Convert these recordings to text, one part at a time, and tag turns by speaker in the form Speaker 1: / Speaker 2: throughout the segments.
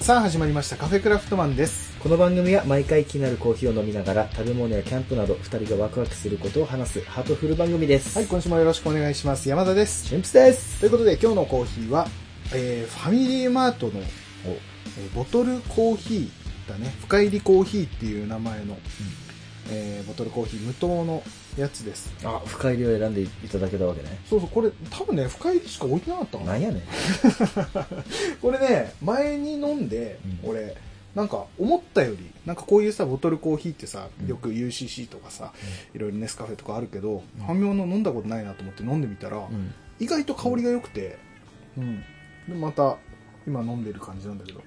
Speaker 1: さあ始まりましたカフェクラフトマンです
Speaker 2: この番組は毎回気になるコーヒーを飲みながら食べ物やキャンプなど2人がワクワクすることを話すハートフル番組です
Speaker 1: はい今週もよろしくお願いします山田です
Speaker 2: シュンプスです
Speaker 1: ということで今日のコーヒーは、えーファミリーマートの、えーボトルコーヒーだね深入りコーヒーっていう名前の、えーボトルコーヒー無糖のやつです
Speaker 2: あ深入りを選んでいただけたわけね
Speaker 1: そうそうこれ多分ね深入りしか置いてなかったかな
Speaker 2: なんやねん
Speaker 1: これね前に飲んで、
Speaker 2: うん
Speaker 1: 俺なんか思ったよりなんかこういうさボトルコーヒーってさ
Speaker 2: うん
Speaker 1: よく UCC とかさ、いろいろネスカフェとかあるけど、半妙の飲んだことないなと思って飲んでみたら、
Speaker 2: うん
Speaker 1: 意外と香りが良くて、うん、でまた今飲んでる感じなんだけど、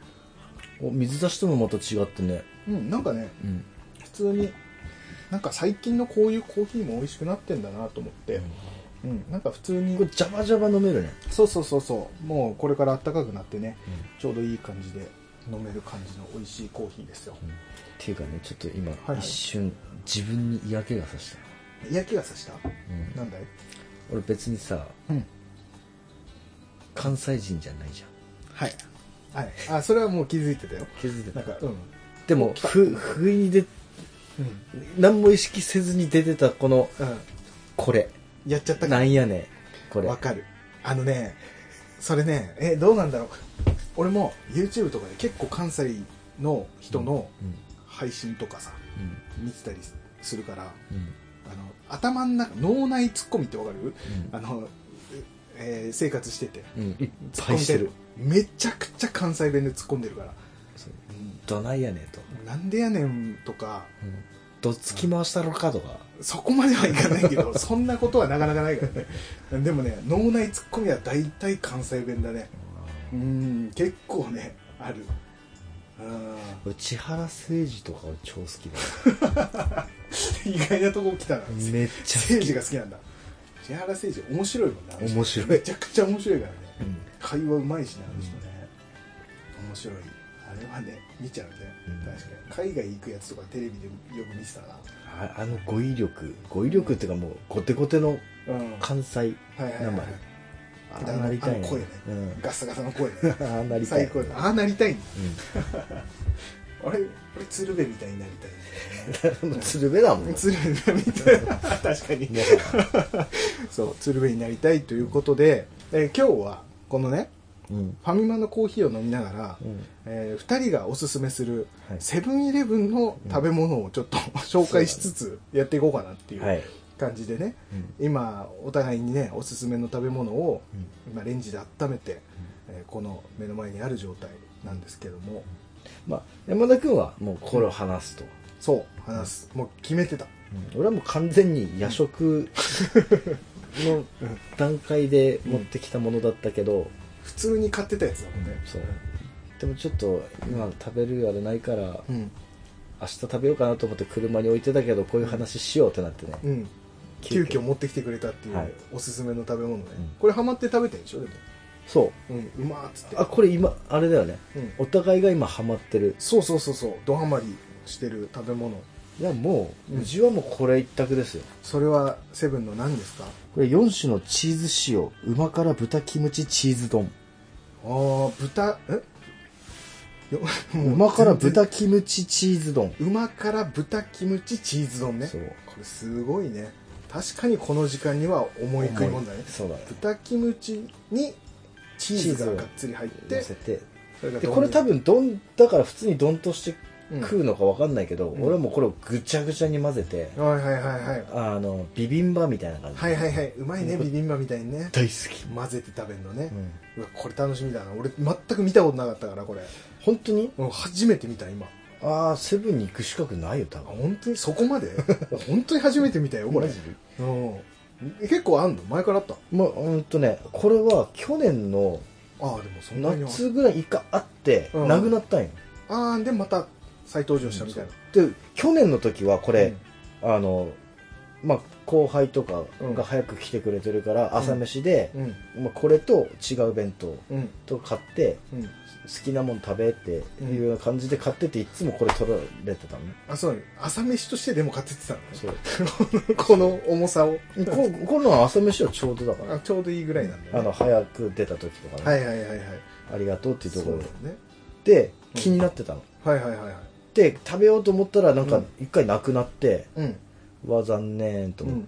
Speaker 2: お水出しともまた違ってね
Speaker 1: うん、なんかね
Speaker 2: うん
Speaker 1: 普通になんか最近のこういうコーヒーも美味しくなってんだなと思って、うんなんか普通
Speaker 2: これ
Speaker 1: に
Speaker 2: ジャバジャバ飲めるね
Speaker 1: そうそうそうそうもうこれから暖かくなってね、ちょうどいい感じで飲める感じの美味しいコーヒーですよ、
Speaker 2: っていうかねちょっと今、
Speaker 1: はい
Speaker 2: 一瞬自分に嫌気がさした、
Speaker 1: 嫌気がさした
Speaker 2: うん
Speaker 1: なんだい
Speaker 2: 俺別にさ
Speaker 1: うん
Speaker 2: 関西人じゃないじゃん
Speaker 1: はいはいあそれはもう気づいてたよ
Speaker 2: 気づいて
Speaker 1: なん
Speaker 2: た
Speaker 1: かうん、
Speaker 2: でもふ不意にで
Speaker 1: うん
Speaker 2: 何も意識せずに出てたこの
Speaker 1: うん、
Speaker 2: これ
Speaker 1: やっちゃったか
Speaker 2: なんやねんこれ
Speaker 1: わかるあのねそれねえどうなんだろう俺も YouTube とかで結構関西の人の
Speaker 2: うん
Speaker 1: 配信とかさ
Speaker 2: うん
Speaker 1: 見てたりするからあ
Speaker 2: うん
Speaker 1: の頭の中脳内ツッコミってわかる
Speaker 2: うん
Speaker 1: あの、えー生活してて
Speaker 2: うん、いっ
Speaker 1: ツッコ
Speaker 2: ぱい
Speaker 1: ミ
Speaker 2: してる
Speaker 1: めちゃくちゃ関西弁で突っ込んでるから、
Speaker 2: そうどないやねんと、
Speaker 1: なんでやねんとか
Speaker 2: どっつき回したろかとか、
Speaker 1: そこまではいかないけ どそんなことはなかなかないからねでもね脳内ツッコミは大体関西弁だねうん結構ねあるう
Speaker 2: 俺千原誠二とか俺超好きだ
Speaker 1: ん意外なとこ来たな
Speaker 2: よ めっちゃ好
Speaker 1: 政
Speaker 2: き
Speaker 1: 治が好きなんだ千原政治面白いもんな
Speaker 2: 面白い
Speaker 1: めちゃくちゃ面白いからね
Speaker 2: うん
Speaker 1: 会話うまいしねあの人ね、面白いあれはね見ちゃうね、
Speaker 2: うん
Speaker 1: 確かに海外行くやつとかテレビでよく見てたな
Speaker 2: ああの語彙力語彙力っていうかもうコテコテの
Speaker 1: うんは
Speaker 2: 関西
Speaker 1: いはいはい、
Speaker 2: なま
Speaker 1: はい
Speaker 2: り、
Speaker 1: あ
Speaker 2: ああなりたい
Speaker 1: あの
Speaker 2: ね
Speaker 1: 声ね、
Speaker 2: うん
Speaker 1: ガッサガサの声ね
Speaker 2: ああなりたい
Speaker 1: 最高だああなりたいんだ
Speaker 2: う
Speaker 1: あれ俺鶴瓶みたいになりたいんだよね
Speaker 2: ん もう鶴瓶だ もん
Speaker 1: 鶴瓶みたい な確かに
Speaker 2: 皆
Speaker 1: そう鶴瓶になりたいということで、えー今日はこのね
Speaker 2: うん
Speaker 1: ファミマのコーヒーを飲みながら、
Speaker 2: うん
Speaker 1: え2人がおすすめする
Speaker 2: はい
Speaker 1: セブンイレブンの食べ物をちょ っと紹介しつつやっていこうかなってい
Speaker 2: は
Speaker 1: う
Speaker 2: い
Speaker 1: 感じでね、
Speaker 2: うん
Speaker 1: 今お互いにねおすすめの食べ物を今レンジで温めて、えーこの目の前にある状態なんですけども
Speaker 2: まあ山田君はもうこれを話すと、
Speaker 1: そう話す、もう決めてた
Speaker 2: うん俺はもう完全に夜食の段階で持ってきたものだったけど、
Speaker 1: 普通に買ってたやつだもんね、
Speaker 2: そうでもちょっと今食べるあれないから
Speaker 1: うん
Speaker 2: 明日食べようかなと思って車に置いてたけどこういう話しようってなってね
Speaker 1: うん、急
Speaker 2: 急
Speaker 1: 遽
Speaker 2: 遽
Speaker 1: 持ってきてくれたってい
Speaker 2: はいう
Speaker 1: おすすめの食べ物ね、
Speaker 2: ん
Speaker 1: これハマって食べてんでしょでも、
Speaker 2: そう
Speaker 1: うん、うまーっつって
Speaker 2: あこれ今あれだよね、
Speaker 1: うん
Speaker 2: お互いが今ハマってる
Speaker 1: そうそうそうそうドハマりしてる食べ物
Speaker 2: いやも
Speaker 1: うん
Speaker 2: ううちはもうこれ一択ですよ
Speaker 1: それはセブンの何ですか
Speaker 2: これ4種のチーズ塩旨辛豚キムチチーズ丼
Speaker 1: ああ豚え よもう
Speaker 2: 旨辛
Speaker 1: 全然
Speaker 2: 豚キムチチーズ丼
Speaker 1: うま辛豚キムチチーズ丼ね
Speaker 2: そう
Speaker 1: これすごいね確かにこの時間には重い食い物だね
Speaker 2: そうだね
Speaker 1: 豚キムチにチーズががっつり入って
Speaker 2: 乗せて
Speaker 1: それが
Speaker 2: で
Speaker 1: 丼
Speaker 2: これ多分丼だから普通に丼として
Speaker 1: うん
Speaker 2: 食うのか分かんないけど、
Speaker 1: ん
Speaker 2: 俺はもうこれをぐちゃぐちゃに混ぜて、
Speaker 1: はいはいはいはい
Speaker 2: あのビビンバみたいな感じ、
Speaker 1: はいはいはいうまいねビビンバみたいに ね
Speaker 2: 大好き
Speaker 1: 混ぜて食べるのね
Speaker 2: う、ん
Speaker 1: うわこれ楽しみだな俺全く見たことなかったからこれ
Speaker 2: 本当に
Speaker 1: うん初めて見た今あ
Speaker 2: ああセブンに行く資格ないよ多分
Speaker 1: 本当にそこまで本当に 初めて見たよこれ
Speaker 2: マジで
Speaker 1: うんえ結構あんの前からあった
Speaker 2: まあうんとねこれは去年の
Speaker 1: ああでもそんなには
Speaker 2: 夏ぐらい一回あって
Speaker 1: うん
Speaker 2: なくなったんよ、
Speaker 1: ああでまた再登場したみたいな
Speaker 2: で去年の時はこれ、あのまあ後輩とかが早く来てくれてるから、朝飯で、
Speaker 1: うん
Speaker 2: まあ、これと違う弁当
Speaker 1: うん
Speaker 2: と買って
Speaker 1: うん
Speaker 2: 好きなもん食べっていうような感じで買ってていつもこれ取られてたのね
Speaker 1: あそうなの朝飯としてでも買ってってたの
Speaker 2: そう
Speaker 1: この重さを
Speaker 2: ここの朝飯はちょうどだから
Speaker 1: あちょうどいいぐらいなんだ
Speaker 2: あ
Speaker 1: よね
Speaker 2: の早く出た時とかね、
Speaker 1: はいはいはいはい
Speaker 2: ありがとうっていうとこ
Speaker 1: そ
Speaker 2: ろ
Speaker 1: うだよね
Speaker 2: って
Speaker 1: うん
Speaker 2: 気になってたの、
Speaker 1: はいはいはいはい
Speaker 2: で食べようと思ったらなん
Speaker 1: う
Speaker 2: か
Speaker 1: ん
Speaker 2: 一回なくなって、
Speaker 1: うん
Speaker 2: うわ残念と
Speaker 1: うんう
Speaker 2: 思っ
Speaker 1: ん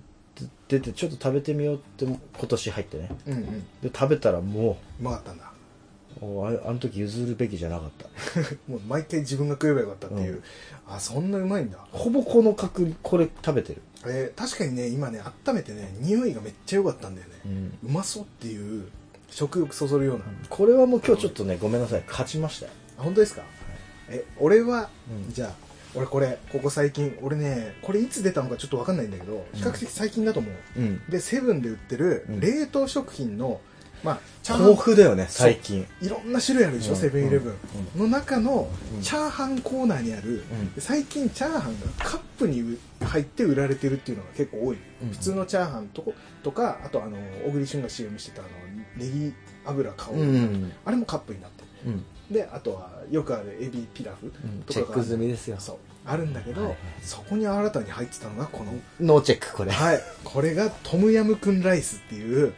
Speaker 2: て、出てちょっと食べてみようって今年入ってね
Speaker 1: うん
Speaker 2: で食べたらも
Speaker 1: うまかったんだ
Speaker 2: うおああの時譲るべきじゃなかった
Speaker 1: もう毎回自分が食えばよかったっていう、
Speaker 2: う
Speaker 1: あそんなうまいんだ
Speaker 2: ほぼこの角これ食べてる、
Speaker 1: えー確かにね今ね温めてね匂いがめっちゃ良かったんだよね、
Speaker 2: うん、
Speaker 1: うまそうっていう食欲そそるような、
Speaker 2: これはもう今日ちょっとねごめんなさい勝ちましたよ
Speaker 1: あ本当ですか、え俺は、
Speaker 2: うん
Speaker 1: じゃあ俺これここ最近俺ねこれいつ出たのかちょっと分かんないんだけど比較的最近だと思う、
Speaker 2: うん
Speaker 1: でセブンで売ってる
Speaker 2: うん
Speaker 1: 冷凍食品の、まあチャーハ
Speaker 2: 豊
Speaker 1: ン
Speaker 2: 富だよね最近
Speaker 1: いろんな種類あるでしょ、
Speaker 2: うん
Speaker 1: セブンイレブンの中の
Speaker 2: うん
Speaker 1: チャーハンコーナーにある、
Speaker 2: う
Speaker 1: 最近チャーハンがカップにう入って売られてるっていうのが結構多い、
Speaker 2: うん
Speaker 1: 普通のチャーハンとことかあとあの小栗旬が CM してたあのネギ油顔、
Speaker 2: うん、うん
Speaker 1: あれもカップになってる
Speaker 2: うん
Speaker 1: であとはよくあるエビピラフと
Speaker 2: チ
Speaker 1: か
Speaker 2: ェック済みですよ
Speaker 1: そうあるんだけど、
Speaker 2: はいはい
Speaker 1: そこに新たに入ってたのがこの、
Speaker 2: ノーチェックこれ、
Speaker 1: はいこれがトムヤムクンライスっていう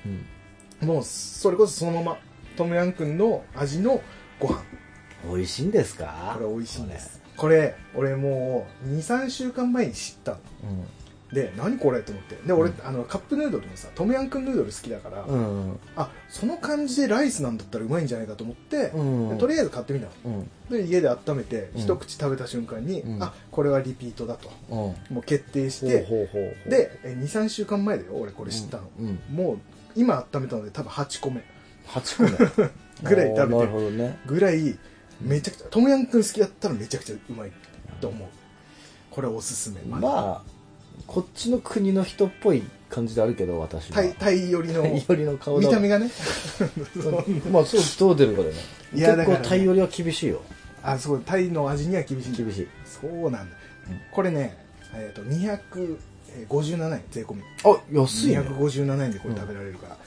Speaker 2: うん
Speaker 1: もうそれこそそのままトムヤムクンの味のご飯
Speaker 2: 美味しいんですか
Speaker 1: これ美味しいんですこれ俺もう23週間前に知ったの
Speaker 2: これうん
Speaker 1: で何これと思ってで俺、
Speaker 2: うん
Speaker 1: あのカップヌードルのさトムヤムクンヌードル好きだから、
Speaker 2: うん
Speaker 1: あその感じでライスなんだったらうまいんじゃないかと思って、
Speaker 2: うん
Speaker 1: でとりあえず買ってみたの
Speaker 2: うん
Speaker 1: で家で温めて
Speaker 2: うん
Speaker 1: 一口食べた瞬間に、
Speaker 2: うん
Speaker 1: あこれはリピートだと
Speaker 2: うんほ
Speaker 1: もう決定し
Speaker 2: う
Speaker 1: て
Speaker 2: ほうほうほう
Speaker 1: で23週間前だよ俺これ知ったの、
Speaker 2: うんうん
Speaker 1: もう今温めたので多分8個目
Speaker 2: 8個ね
Speaker 1: ぐらい食べてる
Speaker 2: あーなるほどね
Speaker 1: ぐらいめちゃくちゃトムヤムクン好きだったらめちゃくちゃうまいと思うこれおすすめあ
Speaker 2: まあこっちの国の人っぽい感じであるけど私は
Speaker 1: タイタイ寄りの
Speaker 2: よりの顔
Speaker 1: 見
Speaker 2: だ
Speaker 1: た目が ね
Speaker 2: まあそうどう出るかだよね
Speaker 1: いやだからね
Speaker 2: 結構タイよりは厳しいよ
Speaker 1: あそうタイの味には厳しい
Speaker 2: 厳しい
Speaker 1: そうなんだ、
Speaker 2: うん
Speaker 1: これね、えー、と257円税込み
Speaker 2: あ安いね
Speaker 1: 257円でこれ食べられるから、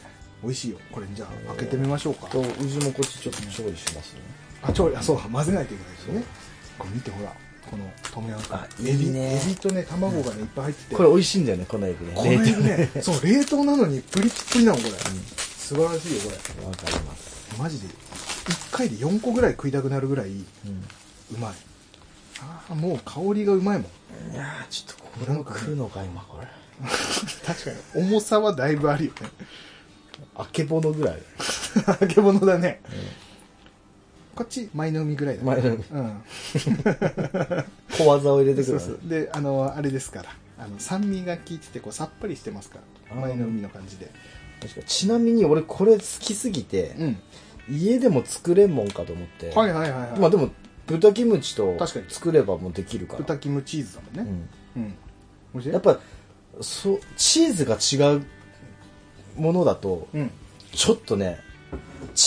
Speaker 1: 美味しいよこれじゃあ開けてみましょうか
Speaker 2: とうちもこっちちょっと調理しますね
Speaker 1: あ調理あそう混ぜないといけないですよねこれ見てほらこのトムヤムクン
Speaker 2: あ
Speaker 1: エビ
Speaker 2: いいね
Speaker 1: エビとね卵がねいっぱい入ってて
Speaker 2: これ美味しいんだよねこのエビね
Speaker 1: この
Speaker 2: 冷
Speaker 1: 辺
Speaker 2: 凍
Speaker 1: ね、そう、冷凍なのにプリップリなの、これ。素晴らしいよ、これ。
Speaker 2: わかります
Speaker 1: マジで、1回で4個ぐらい食いたくなるぐらい、う
Speaker 2: うん
Speaker 1: まい。ああ、もう香りがうまいもん。
Speaker 2: いやーちょっとこれも食うのか今これ
Speaker 1: 確かに。重さはだいぶあるよね。
Speaker 2: あけぼのぐらい
Speaker 1: 揚げ物だね。こっち、前の海ぐらいだね。
Speaker 2: 前の海
Speaker 1: うん。
Speaker 2: 小技を入れてく
Speaker 1: そう
Speaker 2: る
Speaker 1: そう。で、あの、あれですから。あの酸味が効いててこうさっぱりしてますから
Speaker 2: あー
Speaker 1: 前の海の感じで
Speaker 2: 確かにちなみに俺これ好きすぎて
Speaker 1: うん
Speaker 2: 家でも作れんもんかと思って
Speaker 1: はいはいはいはい、
Speaker 2: まあでも豚キムチと
Speaker 1: 確かに
Speaker 2: 作ればもうできるから
Speaker 1: 豚キムチーズだもんねうん、おいしい
Speaker 2: やっぱそうチーズが違うものだと
Speaker 1: うん
Speaker 2: ちょっとね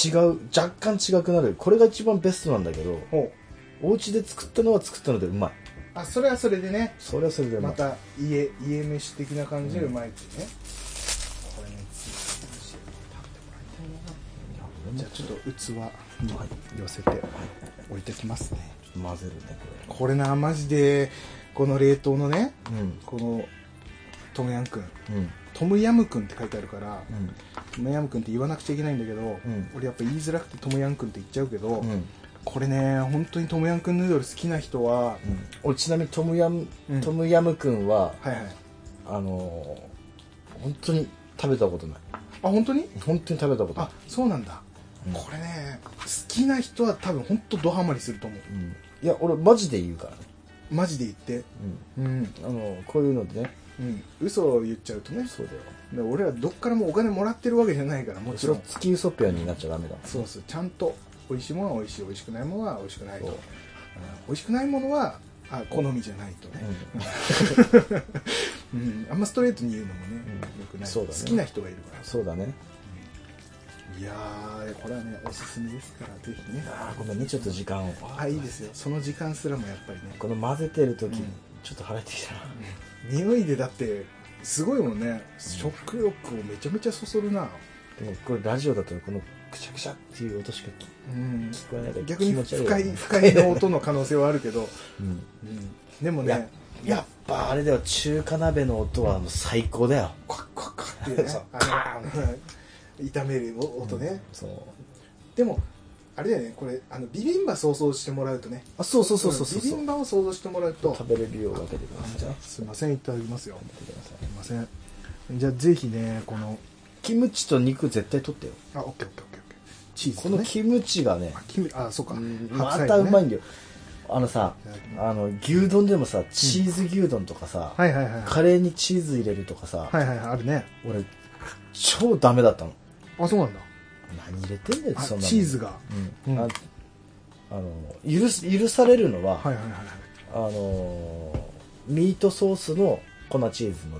Speaker 2: 違う若干違くなるこれが一番ベストなんだけど
Speaker 1: ほう
Speaker 2: お家で作ったのは作ったのでうまい
Speaker 1: あそれはそれでね
Speaker 2: それはそれでうま
Speaker 1: ま
Speaker 2: い
Speaker 1: た家家飯的な感じでうまいってね、これねついじゃあちょっと器に寄せて置いてきますね
Speaker 2: 混ぜるねこ
Speaker 1: これなマジでこの冷凍のね
Speaker 2: れうん
Speaker 1: このトムヤムクン
Speaker 2: うん
Speaker 1: トムヤムクンって書いてあるから、
Speaker 2: うん
Speaker 1: トムヤムクンって言わなくちゃいけないんだけど、
Speaker 2: ん
Speaker 1: 俺やっぱ言いづらくてトムヤムクンって言っちゃうけど、
Speaker 2: うん
Speaker 1: これね本当にトムヤムクンヌードル好きな人は、
Speaker 2: 俺ちなみにトムヤム、
Speaker 1: うん
Speaker 2: トムヤムくんは
Speaker 1: はいはい
Speaker 2: あのー本当に食べたことない
Speaker 1: あ本当に
Speaker 2: 本当に食べたことない
Speaker 1: あそうなんだ、
Speaker 2: うん
Speaker 1: これね好きな人は多分本当ドハマりすると思う
Speaker 2: うんいや俺マジで言うからね、
Speaker 1: マジで言ってうん
Speaker 2: あのこういうのでね
Speaker 1: うん嘘を言っちゃうとね
Speaker 2: そうだよ
Speaker 1: で俺らどっからもお金もらってるわけじゃないからもち
Speaker 2: それ
Speaker 1: ろ
Speaker 2: は
Speaker 1: ん
Speaker 2: 月ウソピアになっちゃダメだ
Speaker 1: そうそうちゃんと美味しいものは美味しい美味しくないものは美味しくないと、
Speaker 2: そう
Speaker 1: うん美味しくないものはあ好みじゃないとね、 うんあんまストレートに言うのもね、
Speaker 2: うん
Speaker 1: よくない、
Speaker 2: そうだね
Speaker 1: 好きな人がいるから
Speaker 2: そうだね
Speaker 1: いやーこれはねおすすめですからぜひね
Speaker 2: あーごめんねちょっと時間を
Speaker 1: あいいですよその時間すらもやっぱりね
Speaker 2: この混ぜてる時に
Speaker 1: うん
Speaker 2: ちょっと腹減ってきたな、
Speaker 1: 匂いでだってすごいもんね食欲をめちゃめちゃそそるな
Speaker 2: でもこれラジオだとこのくしゃくしゃっていう音しか
Speaker 1: うん
Speaker 2: 聞こえないから
Speaker 1: 逆に
Speaker 2: 気持ち
Speaker 1: 不
Speaker 2: 悪いよ
Speaker 1: 快
Speaker 2: ね
Speaker 1: 不快の音の可能性はあるけど、
Speaker 2: うん
Speaker 1: うん、でも
Speaker 2: いや
Speaker 1: ね
Speaker 2: やっぱあれだよ中華鍋の音はもう最高だよ
Speaker 1: カッカッカ ッっていうね
Speaker 2: そう
Speaker 1: あの炒める音ね、
Speaker 2: そう
Speaker 1: でもあれだよねこれあのビビンバ想像してもらうとね
Speaker 2: あそうそうそうそうそう
Speaker 1: ビ
Speaker 2: そ
Speaker 1: ビン
Speaker 2: う
Speaker 1: バを想像してもらうと
Speaker 2: 食べれる量分けてくださいね
Speaker 1: すいませんいただきますよ
Speaker 2: 食べてくださ
Speaker 1: すいませんじゃあぜひねこの
Speaker 2: いキムチと肉絶対取ってよ
Speaker 1: あオッケーオッケーオッケーオッケーチーズ
Speaker 2: ことの
Speaker 1: ね
Speaker 2: キムチがね
Speaker 1: あキムあそうか
Speaker 2: ま
Speaker 1: 白菜
Speaker 2: た
Speaker 1: の
Speaker 2: う
Speaker 1: ね
Speaker 2: まいんだよあのさ
Speaker 1: いただき
Speaker 2: あの牛丼でもさチーズ牛丼とかさ、
Speaker 1: はいはいはい
Speaker 2: カレーにチーズ入れるとかさ、
Speaker 1: はいはいはいあるね
Speaker 2: 俺超ダメだったの
Speaker 1: あそうなんだ
Speaker 2: 何入れてんだよ
Speaker 1: あ
Speaker 2: そんなの
Speaker 1: チーズが
Speaker 2: う
Speaker 1: うんん
Speaker 2: ああの許す許されるのは、
Speaker 1: はいはいはいはい
Speaker 2: あのミートソースの粉チーズの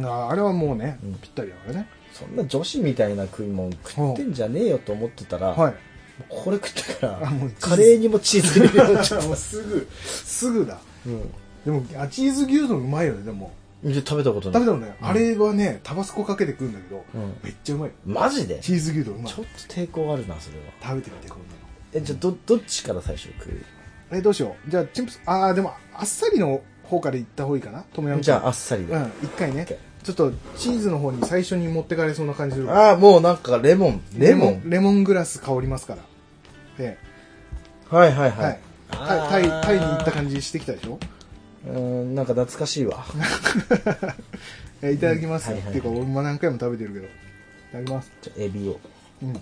Speaker 1: うんああれはもうね
Speaker 2: うん
Speaker 1: ぴったりだからね
Speaker 2: そんな女子みたいな食い物食ってんじゃねえよと思ってたら、
Speaker 1: はい
Speaker 2: これ食ってか
Speaker 1: あ
Speaker 2: ら
Speaker 1: もうチーズ
Speaker 2: カレーにもチーズ入れるようになっちゃっ
Speaker 1: もうすぐすぐだ
Speaker 2: た、うん
Speaker 1: でもあチーズ牛丼うまいよねでも
Speaker 2: いや食べたこと
Speaker 1: 食
Speaker 2: ない
Speaker 1: べたのね、あれはねタバスコかけて食うんだけど、
Speaker 2: うん
Speaker 1: めっちゃうまいよ
Speaker 2: マジで
Speaker 1: チ
Speaker 2: ち
Speaker 1: ーズ牛丼うまい
Speaker 2: ょっと抵抗あるなそれは
Speaker 1: 食べてみてこんなの
Speaker 2: えじゃあどどっちから最初食う
Speaker 1: えどうしようじゃあチンプスああでもあっさりの方からいった方がいいかなトムヤムクン
Speaker 2: じゃああっさりで、
Speaker 1: う
Speaker 2: あ
Speaker 1: ん一回ね
Speaker 2: OK
Speaker 1: ちょっとチーズの方に最初に持ってかれそうな感じするから
Speaker 2: あーもうなんかレモンレモン
Speaker 1: レモングラス香りますからで、
Speaker 2: はいはい
Speaker 1: は
Speaker 2: はいい、あー
Speaker 1: タイタイタイに行った感じしてきたでしょ
Speaker 2: うーんなんか懐かしいわ
Speaker 1: えいただきますよ、
Speaker 2: うんはいはいはい
Speaker 1: ていうか俺も何回も食べてるけどいただきます
Speaker 2: じゃあエビを
Speaker 1: うんあ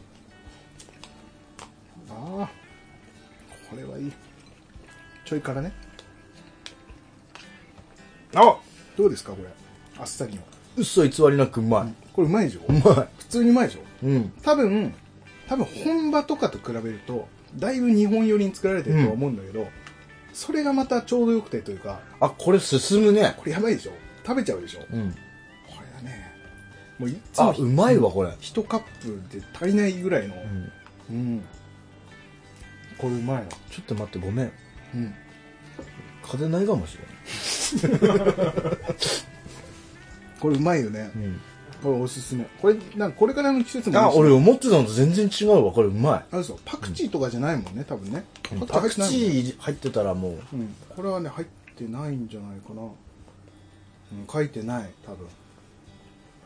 Speaker 1: あこれはいいちょい辛ね
Speaker 2: あ
Speaker 1: どうですかこれあっさりの
Speaker 2: 嘘偽りなくうま
Speaker 1: これうまいでしょ
Speaker 2: い、うま
Speaker 1: 普通にうまいでしょ
Speaker 2: いうん
Speaker 1: 多分多分本場とかと比べるとだいぶ日本寄りに作られてるとは思うんだけど、それがまたちょうどよくてというか
Speaker 2: あこれ進むね
Speaker 1: これやばいでしょ食べちゃうでしょこ
Speaker 2: うん
Speaker 1: れはねもういつ
Speaker 2: あ
Speaker 1: も
Speaker 2: うまいわこれ
Speaker 1: 1カップで足りないぐらいの
Speaker 2: うん
Speaker 1: うん、これうまいな
Speaker 2: ちょっと待ってごめん
Speaker 1: うん
Speaker 2: 風邪ないかもし
Speaker 1: これうまいよね、
Speaker 2: れない、
Speaker 1: これおすすめこれなんかこれからの季節も
Speaker 2: あ
Speaker 1: いいし
Speaker 2: 俺思ってたのと全然違うわこれうま
Speaker 1: あそうパクチーとかじゃないもんね多分ね
Speaker 2: いパク
Speaker 1: 入
Speaker 2: チ
Speaker 1: ってないもんね
Speaker 2: ー入ってたらもう
Speaker 1: うん、これはね入ってないんじゃないかな、うん、書いてない多分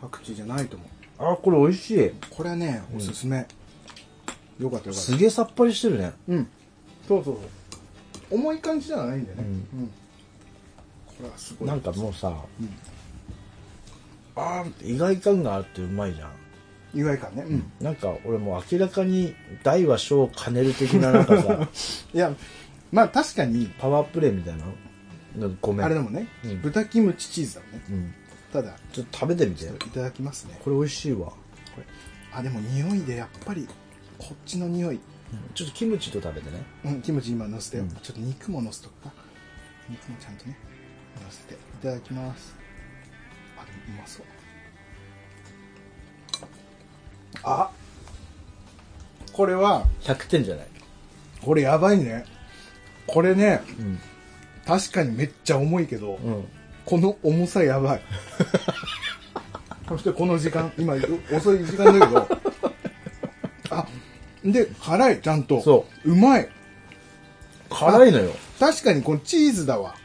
Speaker 1: パクチーじゃないと思う
Speaker 2: あこれ美味しい
Speaker 1: これはねおすすめ、よかったよかった
Speaker 2: すげえさっぱりしてるね
Speaker 1: うんそうそうそう重い感じじゃないんだよね、
Speaker 2: う
Speaker 1: うんこれはすごい
Speaker 2: なんかもうさ、
Speaker 1: ん
Speaker 2: あー意外感があってうまいじゃん
Speaker 1: 意外感ねうん、
Speaker 2: なんか俺もう明らかに大は小を兼ねる的ななんか さ
Speaker 1: いやまあ確かに
Speaker 2: パワープレイみたいなのごめん
Speaker 1: あれだもんね、
Speaker 2: うん
Speaker 1: 豚キムチチーズだもんね
Speaker 2: うん、
Speaker 1: ただ
Speaker 2: ちょっと食べてみて
Speaker 1: いただきますね
Speaker 2: これ美味しいわ
Speaker 1: これあでも匂いでやっぱりこっちの匂い
Speaker 2: ちょっとキムチと食べてね
Speaker 1: うん、キムチ今乗せて、
Speaker 2: うん
Speaker 1: ちょっと肉も乗せとくか肉もちゃんとね乗せていただきますあでもうまそうあこれは
Speaker 2: 100点じゃない、
Speaker 1: これやばいねこれね
Speaker 2: うん
Speaker 1: 確かにめっちゃ重いけど、
Speaker 2: うん、
Speaker 1: この重さやばい そしてこの時間今遅い時間だけどあで辛いちゃんと
Speaker 2: そう
Speaker 1: まい
Speaker 2: 辛いのよ
Speaker 1: 確かにこのチーズだわ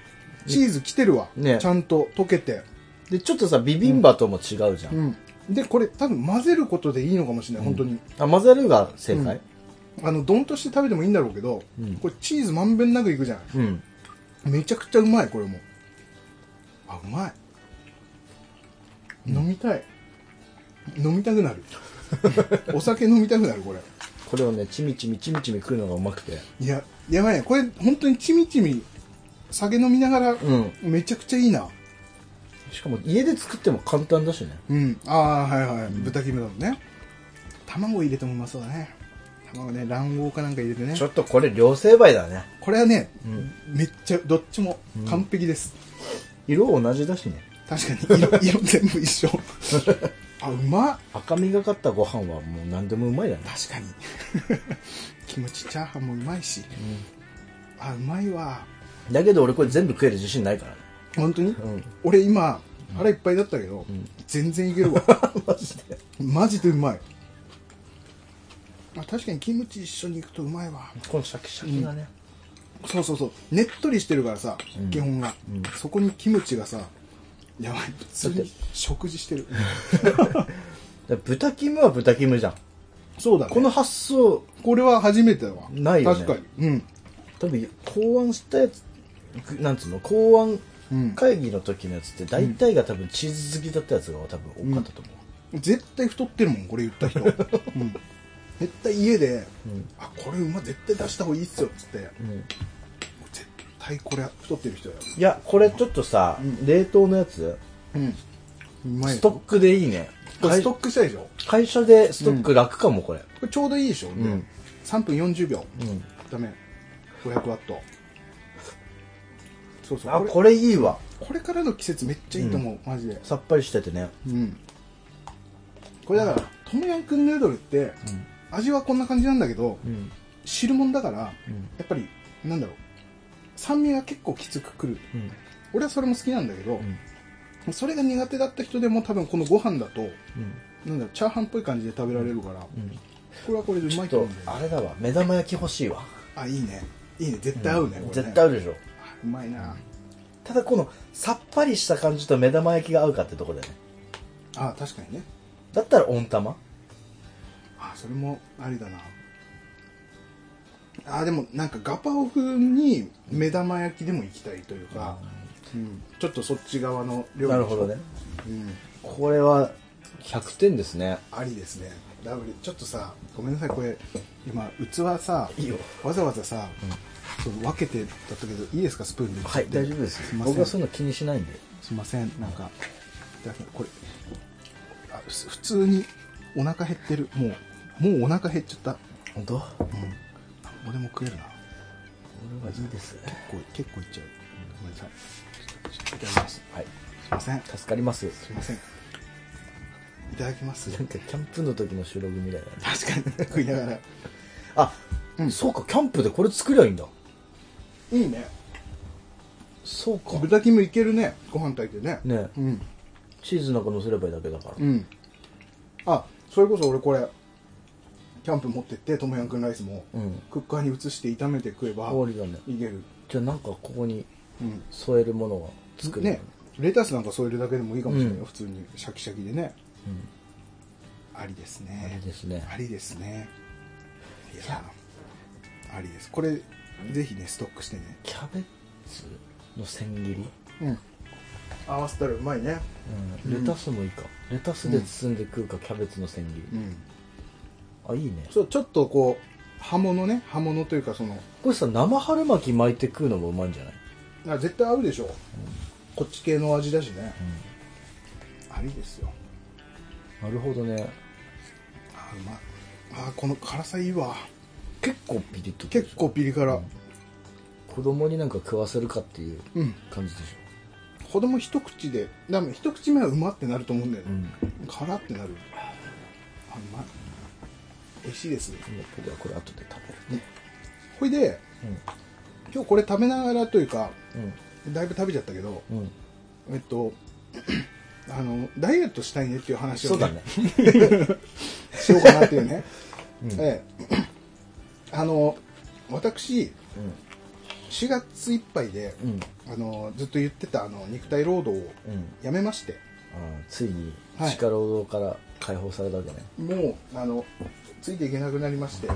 Speaker 1: チーズ来てるわ、
Speaker 2: ね
Speaker 1: ちゃんと溶けて
Speaker 2: でちょっとさビビンバとも違うじゃん、
Speaker 1: うんでこれ多分混ぜることでいいのかもしれない、本当に
Speaker 2: あ混ぜるが正解
Speaker 1: あの丼として食べてもいいんだろうけど、
Speaker 2: うん
Speaker 1: これチーズまんべんなくいくじゃん
Speaker 2: うん、
Speaker 1: めちゃくちゃうまいこれもあうまい、飲みたい飲みたくな るお酒飲みたくなるこれ
Speaker 2: これをねちみちみちみちみ食うのがうまくて
Speaker 1: いややばいねこれ本当にちみちみ酒飲みながら、
Speaker 2: ん
Speaker 1: めちゃくちゃいいな
Speaker 2: しかも家で作っても簡単だしね
Speaker 1: うん、ああはいはい、豚キムだもんね卵入れてもうまそうだね卵ね卵黄かなんか入れてね
Speaker 2: ちょっとこれ両成敗だね
Speaker 1: これはね、
Speaker 2: ん
Speaker 1: めっちゃどっちも完璧です、
Speaker 2: 色同じだしね
Speaker 1: 確かに 色色全部一緒あうまっ
Speaker 2: 赤みがかったご飯はもう何でもうまいだね
Speaker 1: 確かに キムチチャーハンもうまいし、あうまいわ
Speaker 2: だけど俺これ全部食える自信ないからね
Speaker 1: 本当に、
Speaker 2: ん
Speaker 1: 俺今腹いっぱいだったけど、全然いける わ
Speaker 2: マジで
Speaker 1: マジでうまいあ確かにキムチ一緒に行くとうまいわ
Speaker 2: このシャキシャキがね、
Speaker 1: そうそうそうねっとりしてるからさ、基本が、そこにキムチがさやばい普通
Speaker 2: だっ
Speaker 1: に
Speaker 2: て
Speaker 1: 食事してる
Speaker 2: だから豚キムは豚キムじゃん
Speaker 1: そうだね
Speaker 2: この発想
Speaker 1: これは初めてだわ
Speaker 2: ないよね
Speaker 1: 確かにうん
Speaker 2: 多分考案したやつなんつうの考案
Speaker 1: うん
Speaker 2: 会議の時のやつって大体が多分チーズ好きだったやつが多分多かったと思
Speaker 1: 絶対太ってるもんこれ言った 人、うん、絶対家で、
Speaker 2: うん
Speaker 1: あこれ馬絶対出した方がいいっすよっつって
Speaker 2: う、
Speaker 1: 絶対これ太ってる人だよ
Speaker 2: いやこれちょっとさ、
Speaker 1: うん
Speaker 2: 冷凍のやつ
Speaker 1: うんうまい
Speaker 2: ストックでいいね
Speaker 1: これ
Speaker 2: 会
Speaker 1: ストックしたでしょこ
Speaker 2: 会社でストック楽かもこれ、
Speaker 1: れちょうどいいでしょ、で
Speaker 2: うん
Speaker 1: 3分40秒、
Speaker 2: うん
Speaker 1: ダメ500ワットそうそう
Speaker 2: あ
Speaker 1: これ
Speaker 2: これいいわ
Speaker 1: これからの季節めっちゃいいと思う、マジで
Speaker 2: さっぱりしててね
Speaker 1: うんこれだからトムヤンクンヌードルって、味はこんな感じなんだけど、
Speaker 2: ん
Speaker 1: 汁物だから、
Speaker 2: うん
Speaker 1: やっぱりなんだろう酸味が結構きつくくる
Speaker 2: うん
Speaker 1: 俺はそれも好きなんだけど、
Speaker 2: ん
Speaker 1: それが苦手だった人でも多分このご飯だと
Speaker 2: うん
Speaker 1: なんだろうチャーハンっぽい感じで食べられるから、
Speaker 2: ん
Speaker 1: これはこれでうまい
Speaker 2: ち
Speaker 1: と
Speaker 2: ょ
Speaker 1: 思
Speaker 2: っ
Speaker 1: うんだ
Speaker 2: と
Speaker 1: よ
Speaker 2: あ
Speaker 1: ね
Speaker 2: れだわ目玉焼き欲しいわ
Speaker 1: あいいねいいね絶対合うね、これね
Speaker 2: 絶対合うでしょ
Speaker 1: うまいな
Speaker 2: ただこのさっぱりした感じと目玉焼きが合うかってとこだよね
Speaker 1: あ確かにね
Speaker 2: だったら温玉
Speaker 1: あそれもありだなあでもなんかガパオ風に目玉焼きでもいきたいというか、うんちょっとそっち側の料理
Speaker 2: なるほどね、
Speaker 1: うん、
Speaker 2: これは100点ですね
Speaker 1: ありですねダブルちょっとさごめんなさいこれ今器さ
Speaker 2: いいよ
Speaker 1: わざわざさ、そう分けてだったけどいいですかスプーンで
Speaker 2: はい大丈夫です
Speaker 1: すいません
Speaker 2: 僕はそういうの気にしないんです
Speaker 1: いませんなんかいただきこれあす普通にお腹減ってるもうもうお腹減っちゃった
Speaker 2: 本当
Speaker 1: うん俺も食えるな
Speaker 2: 俺はいいです
Speaker 1: こう結構いっちゃうごめんなさいいただきます
Speaker 2: はい
Speaker 1: すいませんす
Speaker 2: 助かります
Speaker 1: いませんいただきます
Speaker 2: なんかキャンプの時の収録みたいな
Speaker 1: 確かに食いながら
Speaker 2: あ、
Speaker 1: うん
Speaker 2: そうかキャンプでこれ作りゃいいんだ
Speaker 1: いいね
Speaker 2: そうか
Speaker 1: 豚キムいけるねご飯炊いてね
Speaker 2: ね
Speaker 1: うん
Speaker 2: チーズなんか乗せればいいだけだから、
Speaker 1: うんあそれこそ俺これキャンプ持ってってトムヤンクンライスも、
Speaker 2: うん
Speaker 1: クッカーに移して炒めて食えば
Speaker 2: 終わりだね
Speaker 1: いける
Speaker 2: じゃあなんかここに
Speaker 1: うん
Speaker 2: 添えるものが作る
Speaker 1: ねレタスなんか添えるだけでもいいかもしれないよ、
Speaker 2: うん
Speaker 1: 普通にシャキシャキでね
Speaker 2: うん
Speaker 1: ありです
Speaker 2: あれ
Speaker 1: ね
Speaker 2: ですね
Speaker 1: ありですねいやありですこれぜひねストックしてね
Speaker 2: キャベツの千切り、
Speaker 1: うん合わせたらうまいね
Speaker 2: レタスもいいかレタスで包んで食うかキャベツの千切り、
Speaker 1: うん
Speaker 2: あいいね
Speaker 1: そうちょっとこう刃物ね刃物というかその
Speaker 2: これさ生春巻き巻いて食うのもうまいんじゃない
Speaker 1: あ絶対合うでしょ、こっち系の味だしね、ありですよ
Speaker 2: なるほどね
Speaker 1: あうまいあこの辛さいいわ
Speaker 2: 結構ピリッとくるでし
Speaker 1: 結
Speaker 2: ょ
Speaker 1: 構ピリ辛
Speaker 2: 子供になんか食わせるかっていう
Speaker 1: うん
Speaker 2: 感じでし
Speaker 1: 子供一口で多分一口目はうまってなると思うんだよ
Speaker 2: ょ、う
Speaker 1: ね、辛ってなるあうまい美味しいですね
Speaker 2: 僕はこれ後で食べるね
Speaker 1: ほいで今日これ食べながらというか
Speaker 2: うん
Speaker 1: だいぶ食べちゃったけど
Speaker 2: うん、うん
Speaker 1: えっと あのダイエットしたいねっていう話を、
Speaker 2: そうだね
Speaker 1: しようかなっていうね、
Speaker 2: うん
Speaker 1: ええあの私4月いっぱいで、
Speaker 2: うんうん
Speaker 1: あのずっと言ってたあの肉体労働を
Speaker 2: うん
Speaker 1: やめまして
Speaker 2: あーついに
Speaker 1: はい
Speaker 2: 地下労働から解放されたわけね、
Speaker 1: もうあのついていけなくなりまして、う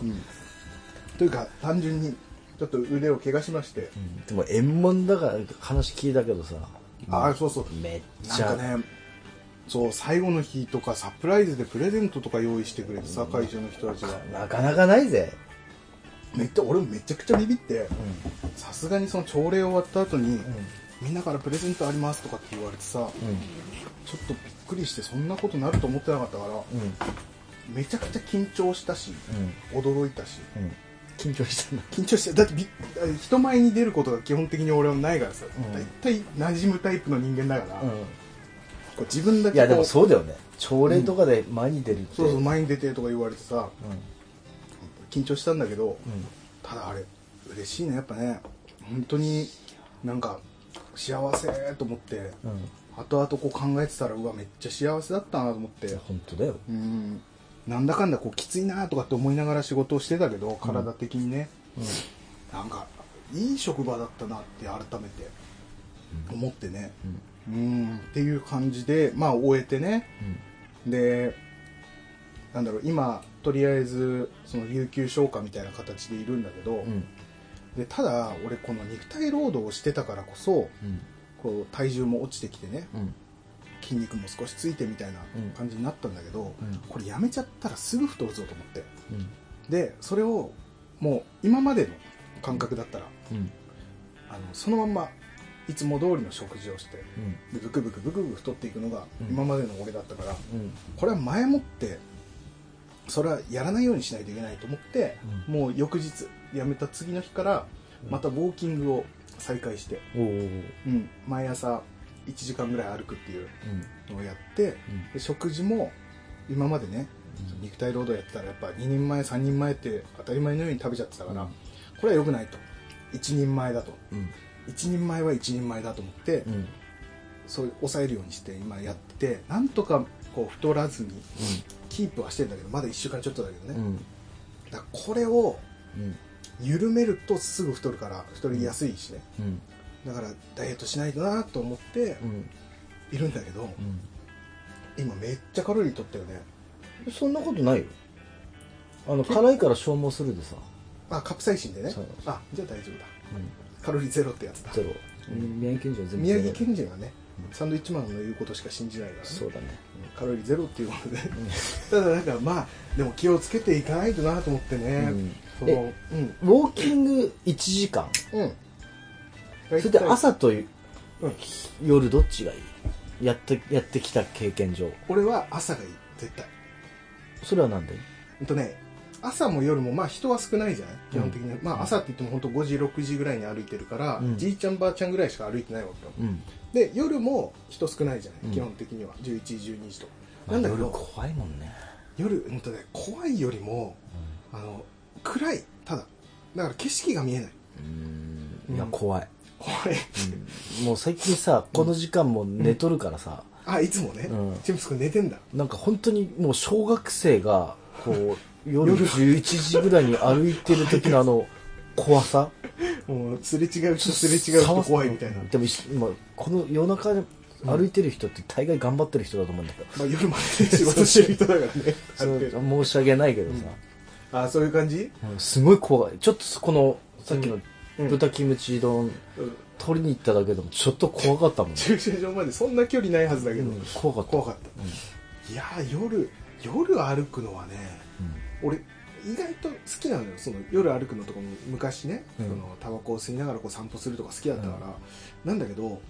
Speaker 1: んというか単純にちょっと腕を怪我しまして、
Speaker 2: でも円満だから話聞いたけどさ
Speaker 1: ああそうそう
Speaker 2: めっ
Speaker 1: なん
Speaker 2: ちゃ
Speaker 1: かねそう最後の日とかサプライズでプレゼントとか用意してくれてさ会社の人たちが
Speaker 2: なかなかないぜ、
Speaker 1: めっちゃ俺もめちゃくちゃビビってさすがにその朝礼終わった後に、みんなからプレゼントありますとかって言われてさ、ちょっとびっくりしてそんなことなると思ってなかったから、めちゃくちゃ緊張したし、驚いたし
Speaker 2: 緊張したんだ
Speaker 1: 緊張してだってび人前に出ることが基本的に俺はないからさ、
Speaker 2: ん
Speaker 1: 大体馴染むタイプの人間だから、こう自分だけ
Speaker 2: いやでも
Speaker 1: う
Speaker 2: そうだよね朝礼とかで前に出るって、
Speaker 1: そうそう前に出てとか言われてさ
Speaker 2: うん
Speaker 1: 緊張したんだけど、
Speaker 2: うん
Speaker 1: ただあれ嬉しいねやっぱね本当になんか幸せと思って
Speaker 2: うん
Speaker 1: 後々こう考えてたらうわめっちゃ幸せだったなと思って
Speaker 2: いや本当だよ
Speaker 1: うんなんだかんだこうきついなとかって思いながら仕事をしてたけど体的にね、なんかいい職場だったなって改めて思ってねうんっていう感じでまあ終えてねでなんだろう今とりあえずその有給消化みたいな形でいるんだけど、
Speaker 2: うん
Speaker 1: でただ俺この肉体労働をしてたからこそ
Speaker 2: うん
Speaker 1: こう体重も落ちてきてね
Speaker 2: うん
Speaker 1: 筋肉も少しついてみたいな
Speaker 2: うん
Speaker 1: 感じになったんだけど、
Speaker 2: うん
Speaker 1: これやめちゃったらすぐ太るぞと思って
Speaker 2: うん
Speaker 1: でそれをもう今までの感覚だったら
Speaker 2: うん
Speaker 1: あのそのまんまいつも通りの食事をして
Speaker 2: う
Speaker 1: で
Speaker 2: ん
Speaker 1: ブクブクブクブク太っていくのが
Speaker 2: うん
Speaker 1: 今までの俺だったから、
Speaker 2: うん
Speaker 1: これは前もってそれはやらないようにしないといけないと思って、もう翌日やめた次の日から
Speaker 2: うん
Speaker 1: またウォーキングを再開して、
Speaker 2: おおうん
Speaker 1: うん毎朝1時間ぐらい歩くっていうのをやって
Speaker 2: うん
Speaker 1: で食事も今までね肉体労働やってたらやっぱ2人前3人前って当たり前のように食べちゃってたから、
Speaker 2: うん
Speaker 1: これは良くないと1人前だと
Speaker 2: うん
Speaker 1: 1人前は1人前だと思って、
Speaker 2: うんうん
Speaker 1: そう抑えるようにして今やってなんとかこう太らずにキープはしてんだけどまだ1週間ちょっとだけどね、
Speaker 2: うん
Speaker 1: だからこれを
Speaker 2: うん
Speaker 1: 緩めるとすぐ太るから太りやすいしね、
Speaker 2: うん
Speaker 1: だからダイエットしないとなと思って
Speaker 2: うん
Speaker 1: いるんだけど、今めっちゃカロリー取ったよね
Speaker 2: うんそんなことないよあの辛いから消耗するでさ
Speaker 1: あカプサイシンでね
Speaker 2: そう
Speaker 1: あじゃあ大丈夫だカロリーゼロってやつだ
Speaker 2: ゼロ宮城県人は全部ゼ
Speaker 1: 宮
Speaker 2: ロ
Speaker 1: 城県人はね
Speaker 2: うん
Speaker 1: サンドイッチマンの言うことしか信じないからね
Speaker 2: そうだね
Speaker 1: カロリーゼロっていうことで ただなんかまあでも気をつけていかないとなと思ってね、
Speaker 2: うん
Speaker 1: そのうん
Speaker 2: ウォーキング1時間
Speaker 1: うん
Speaker 2: それで朝とい
Speaker 1: うん
Speaker 2: 夜どっちがいいやってやってきた経験上
Speaker 1: 俺は朝がいい絶対
Speaker 2: それはなんで
Speaker 1: ほんとね朝も夜もまあ人は少ないじゃない基本的に、まあ朝って言っても本当5時6時ぐらいに歩いてるから、
Speaker 2: うん
Speaker 1: じいちゃんばあちゃんぐらいしか歩いてないわけよ
Speaker 2: うん
Speaker 1: で夜も人少ないじゃない、
Speaker 2: うん
Speaker 1: 基本的には11時12時とか
Speaker 2: ま
Speaker 1: な
Speaker 2: あ
Speaker 1: んだけ
Speaker 2: 夜
Speaker 1: ど
Speaker 2: 怖いもんね
Speaker 1: 夜うんとね怖いよりもあの暗いただだから景色が見えない
Speaker 2: うん
Speaker 1: うん
Speaker 2: いや怖い
Speaker 1: 怖い、
Speaker 2: もう最近さこの時間も寝とるからさ
Speaker 1: あいつもね、
Speaker 2: うん
Speaker 1: チムス君寝てんだ
Speaker 2: なんか本当にもう小学生が こう夜
Speaker 1: 夜
Speaker 2: 11時ぐらいに歩いてる時の あの怖さ
Speaker 1: もうすれ違う人すれ違う人怖いみたいな、
Speaker 2: でも今この夜中歩いてる人って大概頑張ってる人だと思うんだけど
Speaker 1: まあ、夜まで仕事してる人だからねあ
Speaker 2: そ
Speaker 1: る
Speaker 2: れ
Speaker 1: 程度
Speaker 2: 申し訳ないけどさ、
Speaker 1: あそういう感じ、
Speaker 2: うんすごい怖いちょっとこのさっきの
Speaker 1: うん
Speaker 2: 豚キムチ丼
Speaker 1: うん
Speaker 2: 取りに行っただけでもちょっと怖かったもん、
Speaker 1: 駐車場までそんな距離ないはずだけ
Speaker 2: う
Speaker 1: ど、
Speaker 2: ん怖かった
Speaker 1: 怖かった、いやー夜夜歩くのはね俺意外と好きなのよその夜歩くのとかも昔ね、
Speaker 2: うん
Speaker 1: そのタバコを吸いながらこう散歩するとか好きだったから、なんだけど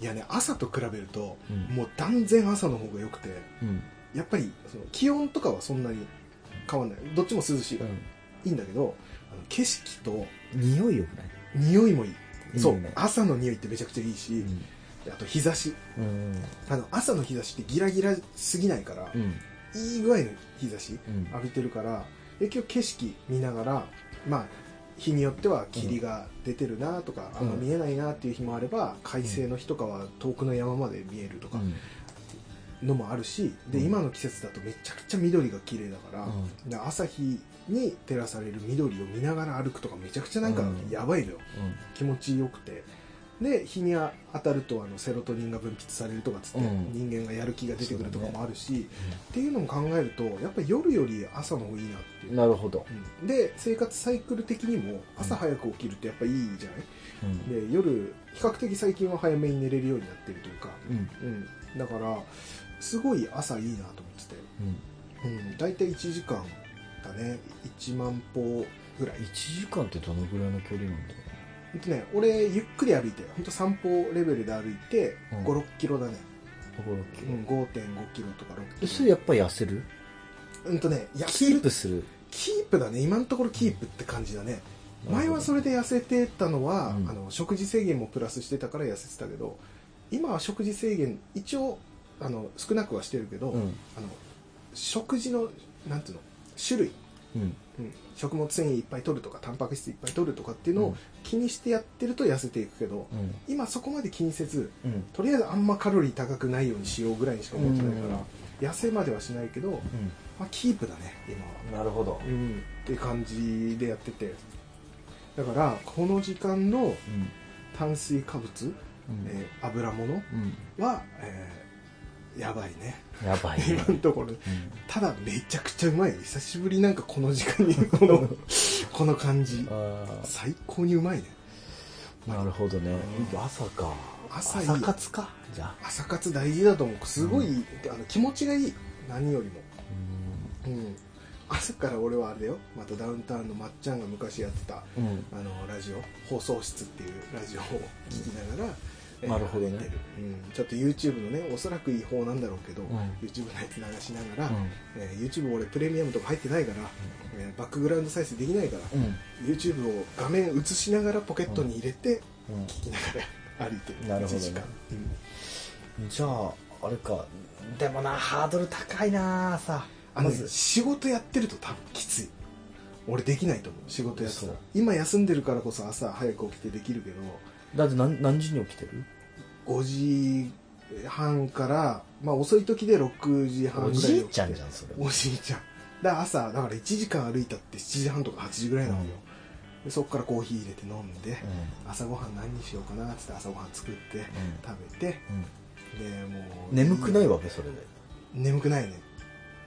Speaker 1: いやね朝と比べると、
Speaker 2: うん
Speaker 1: もう断然朝の方が良くて
Speaker 2: うんうん
Speaker 1: やっぱりその気温とかはそんなに変わんないどっちも涼しいから、いいんだけどあの景色と
Speaker 2: うん匂いよくない
Speaker 1: 匂いもいい
Speaker 2: いい
Speaker 1: そう
Speaker 2: よね
Speaker 1: 朝の匂いってめちゃくちゃいいし、
Speaker 2: うん
Speaker 1: あと日差し
Speaker 2: うん
Speaker 1: あの朝の日差しってギラギラすぎないから、
Speaker 2: うん
Speaker 1: いい具合の日差し
Speaker 2: うん
Speaker 1: 浴びてるからで今日景色見ながらまあ日によっては霧が出てるなとか、
Speaker 2: うん
Speaker 1: あんま見えないなっていう日もあれば快晴の日とかは遠くの山まで見えるとか
Speaker 2: うん
Speaker 1: のもあるし、で
Speaker 2: うん
Speaker 1: 今の季節だとめちゃくちゃ緑が綺麗だから、
Speaker 2: う
Speaker 1: で朝日に照らされる緑を見ながら歩くとかめちゃくちゃなんか
Speaker 2: うん
Speaker 1: やばいのよ、
Speaker 2: うん
Speaker 1: 気持ちよくてで日に当たるとあのセロトニンが分泌されるとかっつって、
Speaker 2: うん
Speaker 1: 人間がやる気が出てくるとかもあるし、
Speaker 2: ね
Speaker 1: っていうのも考えるとやっぱり夜より朝の方がいいなっていう、
Speaker 2: なるほど、
Speaker 1: うんで生活サイクル的にも朝早く起きるってやっぱいいじゃな
Speaker 2: うん
Speaker 1: いで夜比較的最近は早めに寝れるようになってるというか、
Speaker 2: うん
Speaker 1: うん、だからすごい朝いいなと思ってて、うん、大体1時間だね1万歩ぐらい
Speaker 2: 1時間ってどのぐらいの距離なんだろ
Speaker 1: ほんとね俺ゆっくり歩いてほんと散歩レベルで歩いて
Speaker 2: うん
Speaker 1: 5 6キロだね、
Speaker 2: う5 6キ
Speaker 1: う
Speaker 2: ロ、
Speaker 1: ん、5 5キロとか6キ
Speaker 2: でそ
Speaker 1: ロ
Speaker 2: れやっぱ痩せる
Speaker 1: うんとね痩
Speaker 2: キ
Speaker 1: せる
Speaker 2: ープする
Speaker 1: キープだね今のところキープって感じだね、前はそれで痩せてたのは、
Speaker 2: うん
Speaker 1: あの食事制限もプラスしてたから痩せてたけど今は食事制限一応あの少なくはしてるけど、
Speaker 2: うん
Speaker 1: あの食事のなんていうの種類、
Speaker 2: うん
Speaker 1: うん、食物繊維いっぱい取るとかタンパク質いっぱい取るとかっていうの
Speaker 2: う
Speaker 1: を
Speaker 2: ん
Speaker 1: 気にしてやってると痩せていくけど、
Speaker 2: うん
Speaker 1: 今そこまで気にせず
Speaker 2: うん
Speaker 1: とりあえずあんまカロリー高くないようにしようぐらいにしか思ってないから、痩せまではしないけど、まあ、キープだね今は。
Speaker 2: なるほど
Speaker 1: うん、って感じでやっててだからこの時間の
Speaker 2: うん
Speaker 1: 炭水化物、
Speaker 2: うん
Speaker 1: えー油物
Speaker 2: うん
Speaker 1: は、えやばいね
Speaker 2: やばいね
Speaker 1: 今のところただめちゃくちゃうまいよ久しぶりなんかこの時間にこのこの感じ
Speaker 2: うんあ
Speaker 1: 最高にうまいね
Speaker 2: ーなるほどね朝か
Speaker 1: 朝いい
Speaker 2: 朝活かじゃあ
Speaker 1: 朝活大事だと思うすごい、あの気持ちがいい何よりも、うん、朝から俺はあれだよまたダウンタウンのまっちゃんが昔やってた
Speaker 2: うんうん
Speaker 1: あのラジオ放送室っていうラジオを聞きながら、えー
Speaker 2: なるほどね
Speaker 1: 歩いてるうん、ちょっと YouTube のねおそらく違法なんだろうけど、
Speaker 2: ん
Speaker 1: YouTube のやつ流しながら、
Speaker 2: うん
Speaker 1: えー YouTube 俺プレミアムとか入ってないから、えーバックグラウンド再生できないから、
Speaker 2: うん
Speaker 1: YouTube を画面映しながらポケットに入れて
Speaker 2: うん
Speaker 1: 聞きながら歩いてる、
Speaker 2: なるほど
Speaker 1: 1
Speaker 2: ね
Speaker 1: 時間、うん
Speaker 2: じゃああれかでもなハードル高いなさ
Speaker 1: あの
Speaker 2: ま
Speaker 1: ね
Speaker 2: ず
Speaker 1: 仕事やってると多分きつい俺できないと思う仕事やってたら
Speaker 2: 嘘
Speaker 1: 今休んでるからこそ朝早く起きてできるけど
Speaker 2: だって何何時に起きてる
Speaker 1: 5時半から、まあ、遅い時で6時半
Speaker 2: お
Speaker 1: ぐらいに起
Speaker 2: じい
Speaker 1: きて
Speaker 2: ちゃんじゃんそれ
Speaker 1: おじいちゃんだから朝だから1時間歩いたって7時半とか8時ぐらいなのよ、でそこからコーヒー入れて飲んで、
Speaker 2: う
Speaker 1: 朝ごはん何にしようかなっつって朝ごはん作って、食べて
Speaker 2: んうん
Speaker 1: でもう
Speaker 2: 眠くないわけそれで
Speaker 1: 眠くないね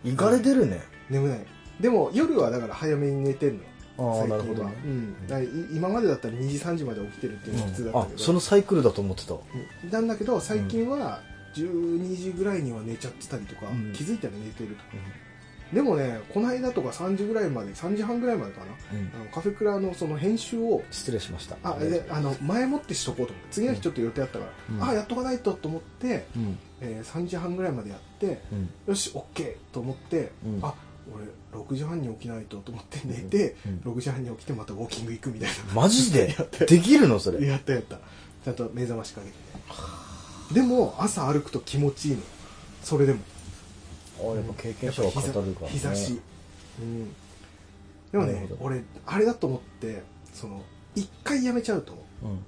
Speaker 2: いかれてるね
Speaker 1: 眠ないでも夜はだから早めに寝てんの
Speaker 2: ああ
Speaker 1: 最
Speaker 2: なるほ
Speaker 1: 近
Speaker 2: ど
Speaker 1: は、
Speaker 2: ね
Speaker 1: うん、だからい今までだったら2時3時まで起きてるっていうのが普通だった
Speaker 2: あ
Speaker 1: けど、
Speaker 2: そのサイクルだと思ってた
Speaker 1: うんなんだけど最近は12時ぐらいには寝ちゃってたりとか、
Speaker 2: うん
Speaker 1: 気づいたら寝てるでもねこの間とか3時ぐらいまで3時半ぐらいまでかな
Speaker 2: うん
Speaker 1: あのカフェクラのその編集を
Speaker 2: 失礼しました
Speaker 1: あであの前もってしとこうと思って次の日ちょっと予定あったから、
Speaker 2: うん
Speaker 1: あやっとかないとと思って、
Speaker 2: うん
Speaker 1: えー3時半ぐらいまでやって
Speaker 2: うん
Speaker 1: よし OK と思って、
Speaker 2: うん
Speaker 1: あ俺6時半に起きないとと思って寝て、
Speaker 2: うん
Speaker 1: 6時半に起きてまたウォーキング行くみたいな
Speaker 2: マジで
Speaker 1: やって
Speaker 2: できるのそれ
Speaker 1: やったやったちゃんと目覚ましかけてねでも朝歩くと気持ちいいのそれでも
Speaker 2: あやっぱ経験者は語るからね
Speaker 1: 日差し、うん、でも
Speaker 2: な
Speaker 1: ね
Speaker 2: るほど
Speaker 1: 俺あれだと思ってその一回やめちゃうと
Speaker 2: うん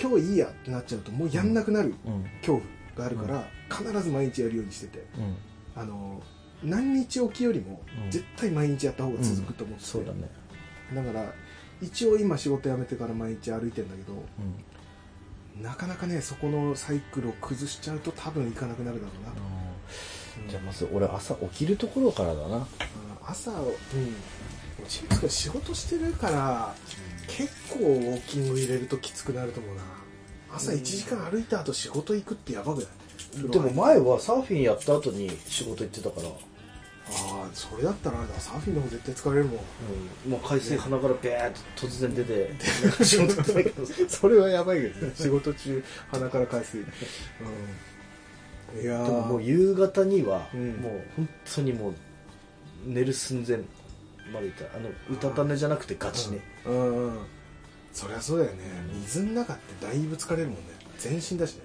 Speaker 1: 今日いいやってなっちゃうともうやんなくなる
Speaker 2: うん
Speaker 1: 恐怖があるから、必ず毎日やるようにしてて
Speaker 2: うん
Speaker 1: あの何日おきよりも
Speaker 2: うん
Speaker 1: 絶対毎日やった方が続くと思ってて、
Speaker 2: そうだね
Speaker 1: だから一応今仕事辞めてから毎日歩いてんだけど
Speaker 2: うん
Speaker 1: なかなかねそこのサイクルを崩しちゃうと多分行かなくなるだろうな、うん
Speaker 2: じゃあまず俺朝起きるところからだな
Speaker 1: あの朝をうんうちの人仕事してるから結構ウォーキング入れるときつくなると思うな朝1時間歩いた後仕事行くってやばくない
Speaker 2: でも前はサーフィンやった後に仕事行ってたから、
Speaker 1: ああそれだったらあれだサーフィンの方絶対疲れるもん
Speaker 2: もう海水鼻からビャーって突然出て仕事行ってたけど
Speaker 1: それはやばいけど ね仕事中鼻から返す、うん、いやー
Speaker 2: でももう夕方には
Speaker 1: うん
Speaker 2: もう本当にもう寝る寸前までいたあのうたた寝じゃなくてガチね、
Speaker 1: うんうんうんそりゃそうだよね水の中ってだいぶ疲れるもんね全身だしね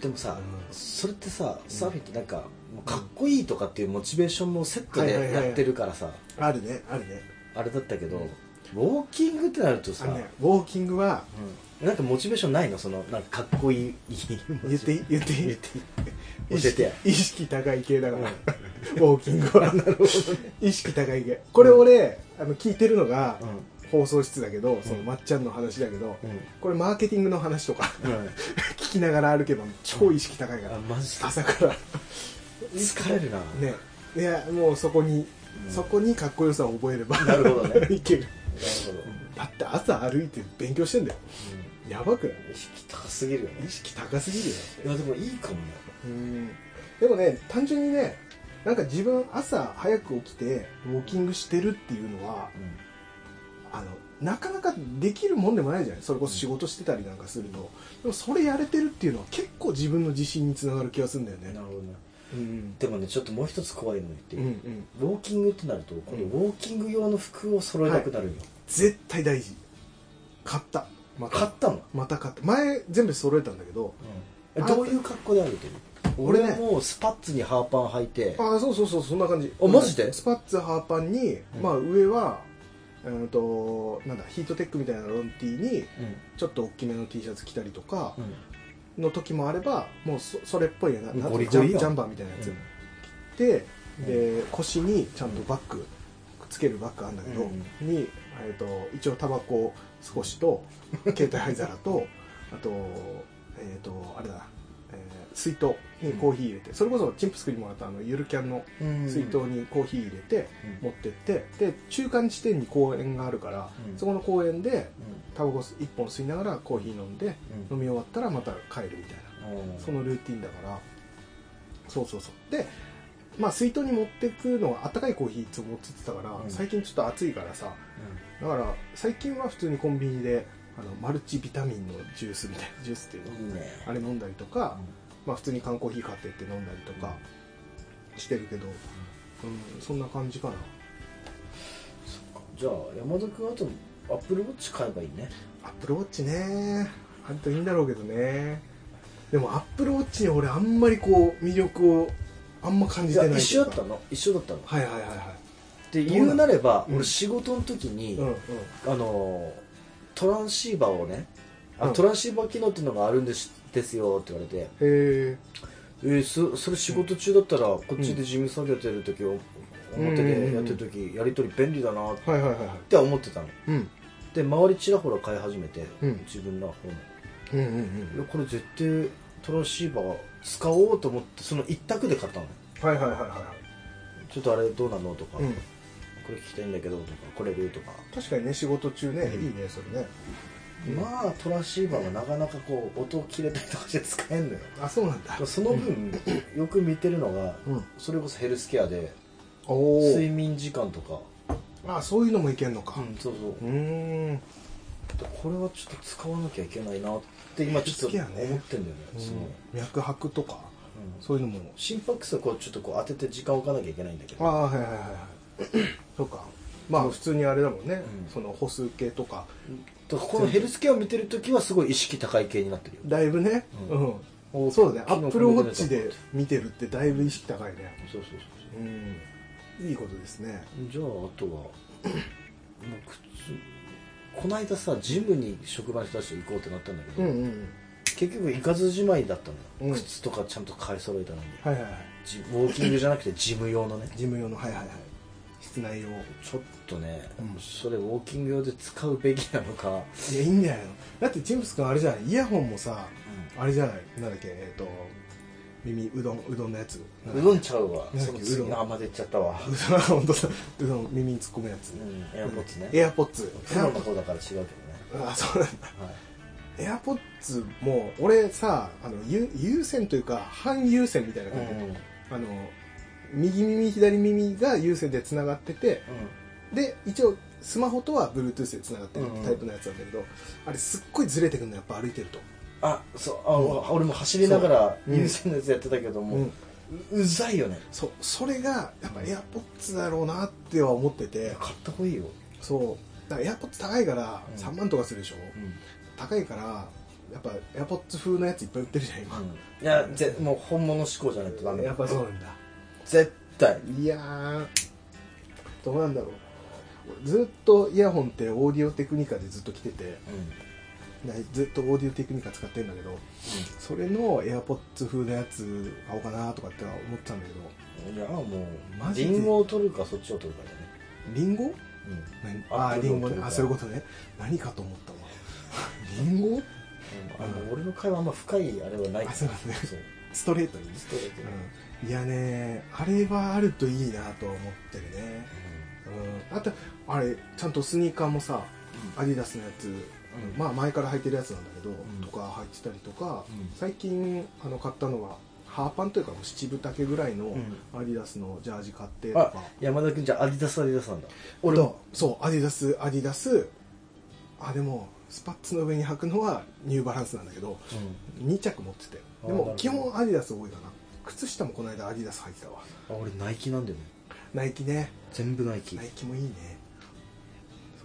Speaker 2: でも
Speaker 1: う
Speaker 2: さ、
Speaker 1: ん
Speaker 2: それってさサーフィンってなんかもうかっこいいとかっていうモチベーションもセットで
Speaker 1: はいはいはい
Speaker 2: やってるからさ、
Speaker 1: あるねあるね
Speaker 2: あれだったけど、
Speaker 1: うん
Speaker 2: ウォーキングってなると
Speaker 1: あ
Speaker 2: さ、
Speaker 1: のねウォーキングは
Speaker 2: うんなんかモチベーションないのそのなんかかっこいい
Speaker 1: 言っていい言っていい
Speaker 2: 言っていい教えてや
Speaker 1: 意識高い系だから、
Speaker 2: うん
Speaker 1: ウォーキングはなるほど、意識高い系これ俺、あの聞いてるのが、放送室だけどそのまっちゃんの話だけど、
Speaker 2: うん
Speaker 1: これマーケティングの話とか
Speaker 2: うん
Speaker 1: 聞きながら歩けば超意識高いから、
Speaker 2: あマジで
Speaker 1: 朝から
Speaker 2: 疲れるな、
Speaker 1: ねいやもうそこに、
Speaker 2: うん
Speaker 1: そこにかっこよさを覚えれば
Speaker 2: なるほどね
Speaker 1: いける
Speaker 2: なるほど、
Speaker 1: だって朝歩いて勉強してんだよやばくない
Speaker 2: 意識高すぎるよね
Speaker 1: 意識高すぎるよ
Speaker 2: いやでもいいかもね
Speaker 1: うんでもね単純にねなんか自分朝早く起きてウォーキングしてるっていうのはあのなかなかできるもんでもないじゃないそれこそ仕事してたりなんかするとでもそれやれてるっていうのは結構自分の自信につながる気がするんだよ
Speaker 2: な
Speaker 1: ね
Speaker 2: るほどね
Speaker 1: うん
Speaker 2: でもねちょっともう一つ怖いの言って
Speaker 1: う
Speaker 2: い
Speaker 1: ん
Speaker 2: い、
Speaker 1: うん
Speaker 2: ウォーキングってなるとこのウォーキング用の服を揃えたくなるんよ、
Speaker 1: 絶対大事買ったま
Speaker 2: 買ったの、
Speaker 1: また買った前全部揃えたんだけど
Speaker 2: え
Speaker 1: あ
Speaker 2: どういう格好で歩いてる
Speaker 1: 俺
Speaker 2: 俺
Speaker 1: ね
Speaker 2: はもうスパッツにハーパン履いて
Speaker 1: ああそうそうそうそんな感じ
Speaker 2: あマジで
Speaker 1: スパッツハーパンに、
Speaker 2: うん
Speaker 1: まあ上はうんとなんだヒートテックみたいなロンティーに
Speaker 2: うん
Speaker 1: ちょっと大きめの T シャツ着たりとか
Speaker 2: うん
Speaker 1: の時もあればもうそそれっぽいやななん
Speaker 2: ゴリ
Speaker 1: ジ
Speaker 2: ゴリ
Speaker 1: ャン
Speaker 2: やん
Speaker 1: ジャンバーみたいなやつ、でで腰にちゃんとバッグつけるバッグあるんだけど、
Speaker 2: うん
Speaker 1: に、えー、と一応タバコ少 しと携帯灰皿とあとえっ、とあれだ、えー水筒にコーヒー入れて、それこそチンプスクにもらったあのゆるキャンの水筒にコーヒー入れて持ってって、で中間地点に公園があるから、
Speaker 2: うん
Speaker 1: そこの公園でタバコ一本吸いながらコーヒー飲んで、飲み終わったらまた帰るみたいなそのルーティンだからそうそうそうでまあ水筒に持ってくのはあったかいコーヒーいつも持ってってたから、
Speaker 2: うん
Speaker 1: 最近ちょっと暑いからさだから最近は普通にコンビニであのマルチビタミンのジュースみたいなジュースっていうの
Speaker 2: いいね
Speaker 1: あれ飲んだりとか、まあ、普通に缶コーヒー買ってって飲んだりとかしてるけど、うん、そんな感じかな
Speaker 2: じゃあ山田君あとアップルウォッチ買えばいいね
Speaker 1: アップルウォッチねあるといいんだろうけどねでもアップルウォッチに俺あんまりこう魅力をあんま感
Speaker 2: い
Speaker 1: じて
Speaker 2: や
Speaker 1: ないというか
Speaker 2: 一緒だったの一緒だったの
Speaker 1: はいはいはいはい
Speaker 2: で言うなれば
Speaker 1: うん
Speaker 2: 俺仕事の時に、
Speaker 1: うんうん
Speaker 2: あのートランシーバーをねあ
Speaker 1: うん
Speaker 2: トランシーバー機能っていうのがあるんですですよって言われて、
Speaker 1: へ
Speaker 2: えーそそれ仕事中だったらこっちで事務作業やってる時を表でやってる時やり取り便利だなっ
Speaker 1: えはいはいはいはい
Speaker 2: て思ってたの
Speaker 1: うん
Speaker 2: で周りちらほら買い始めて、
Speaker 1: うん
Speaker 2: 自分の方の
Speaker 1: うんうん
Speaker 2: いやこれ絶対トランシーバー使おうと思ってその一択で買ったの
Speaker 1: うんはいはいはいは
Speaker 2: ちょっとあれどうなのとか、
Speaker 1: い、うん
Speaker 2: こ、れ聞きたいんだけどとかこれるとか、
Speaker 1: 確かにね仕事中ね、
Speaker 2: うん
Speaker 1: いいねそれねうん
Speaker 2: まあトランシーバーはなかなかこう音を切れたりとかして使えんのよ
Speaker 1: あそうなんだ
Speaker 2: そ の分よく見てるのが
Speaker 1: うん
Speaker 2: それこそヘルスケアで
Speaker 1: お
Speaker 2: 睡
Speaker 1: お
Speaker 2: 眠時間とか、
Speaker 1: あそういうのもいけんのか
Speaker 2: うん、そうそう
Speaker 1: うーん
Speaker 2: これはちょっと使わなきゃいけないなって今ちょっと
Speaker 1: ヘルスケ
Speaker 2: 思
Speaker 1: ア
Speaker 2: ってんだ
Speaker 1: ね
Speaker 2: よねその、うん
Speaker 1: 脈拍とかそういうのも
Speaker 2: 心拍数をこうちょっとこう当てて時間を置かなきゃいけないんだけ
Speaker 1: あ
Speaker 2: ど
Speaker 1: あはいはいはいはい そうかまあ普通にあれだもんね、
Speaker 2: うん
Speaker 1: その歩数計とか
Speaker 2: だからこのヘルスケアを見てるときはすごい意識高い系になってるよ
Speaker 1: だいぶね
Speaker 2: う
Speaker 1: うん、そうだねア
Speaker 2: 昨日
Speaker 1: ップルウォッチで見てるってだいぶ意識高いね
Speaker 2: そうそうそう
Speaker 1: うんいいことですね
Speaker 2: そうじゃああとはもう靴この間さジムに職場の人たちと行こうってなったんだけ
Speaker 1: う
Speaker 2: ど、
Speaker 1: んうんうん
Speaker 2: 結局行かずじまいだったの
Speaker 1: うん
Speaker 2: よ、靴とかちゃんと買い揃えたのに、
Speaker 1: はいはいはい
Speaker 2: ジウォーキングじゃなくてジム用のね
Speaker 1: 事務用のはいはいはい室内用い
Speaker 2: ちょっとね、
Speaker 1: うん
Speaker 2: それウォーキング用で使うべきなのか、
Speaker 1: やいいんじゃないのだってジムス君あれじゃないイヤホンもさあれじゃないなんだっけえっ、と耳うどんうどんのやつ
Speaker 2: う
Speaker 1: う
Speaker 2: どんちゃうわ
Speaker 1: うん
Speaker 2: その次
Speaker 1: うどん
Speaker 2: のあまでいっちゃったわ、
Speaker 1: どん 本当さうどん耳に突っ込むやつ、
Speaker 2: うん、エアポッツね
Speaker 1: エアポッツ
Speaker 2: プロの方だから違うけどね、
Speaker 1: あそうなんだ
Speaker 2: はい、
Speaker 1: エアポッツも俺さあの有有線というか半有線みたいな感じ、
Speaker 2: うんうん
Speaker 1: あの右耳左耳が有線でつながっててで一応スマホとは Bluetooth でつながってるタイプのやつなんだけど、あれすっごいずれてくるのやっぱ歩いてると、
Speaker 2: あそうあ、俺も走りながら
Speaker 1: うん
Speaker 2: 優先のやつやってたけども、う
Speaker 1: うん
Speaker 2: うざいよね
Speaker 1: そうそれがやっぱ AirPods だろうなっては思ってて
Speaker 2: 買った方がいいよ、
Speaker 1: そうだから AirPods 高いから
Speaker 2: うん
Speaker 1: 3万とかするでしょ、高いからやっぱ AirPods 風のやついっぱい売ってるじゃん今、
Speaker 2: いやぜもう本物志向じゃないとダメ
Speaker 1: やっぱそうなんだ
Speaker 2: 絶対
Speaker 1: いやーどうなんだろう俺ずっとイヤホンってオーディオテクニカでずっと来ててなずっとオーディオテクニカ使ってるんだけどそれの AirPods 風のやつ買おうかなとかっては思ってたんだけど
Speaker 2: うんいやもう
Speaker 1: マジ
Speaker 2: リ
Speaker 1: で
Speaker 2: ンゴを取るかそっちを取るかだね、
Speaker 1: リンゴ
Speaker 2: うん
Speaker 1: 何
Speaker 2: あ
Speaker 1: あーリンゴ
Speaker 2: リン
Speaker 1: ね
Speaker 2: ゴ
Speaker 1: あそういうことね何かと思 ったわリンゴ
Speaker 2: あの俺の会話あんま深いあれはない
Speaker 1: あそうなんだね
Speaker 2: そう
Speaker 1: ストレートに、
Speaker 2: ストレートに
Speaker 1: うん、いやねあれはあるといいなとは思ってるねうんあとあれちゃんとスニーカーもさ、アディダスのやつ、まあ前から履いてるやつなんだけど、
Speaker 2: ん
Speaker 1: とか履いてたりとか、
Speaker 2: うん
Speaker 1: 最近あの買ったのはハーパンというか七分丈ぐらいの
Speaker 2: ん
Speaker 1: アディダスのジャージ買ってと
Speaker 2: あ
Speaker 1: か、
Speaker 2: 山田君じゃあアディダスアディダスなんだ
Speaker 1: 俺もそうアディダスアディダスあでもスパッツの上に履くのはニューバランスなんだけど2着持っててで
Speaker 2: あなるほ
Speaker 1: も
Speaker 2: ど
Speaker 1: 基本アディダス多いかな靴下もこの間アディダス履いてたわ
Speaker 2: あ俺ナイキなんだよね
Speaker 1: ナイキね
Speaker 2: 全部ナイキ
Speaker 1: ナイキもいいね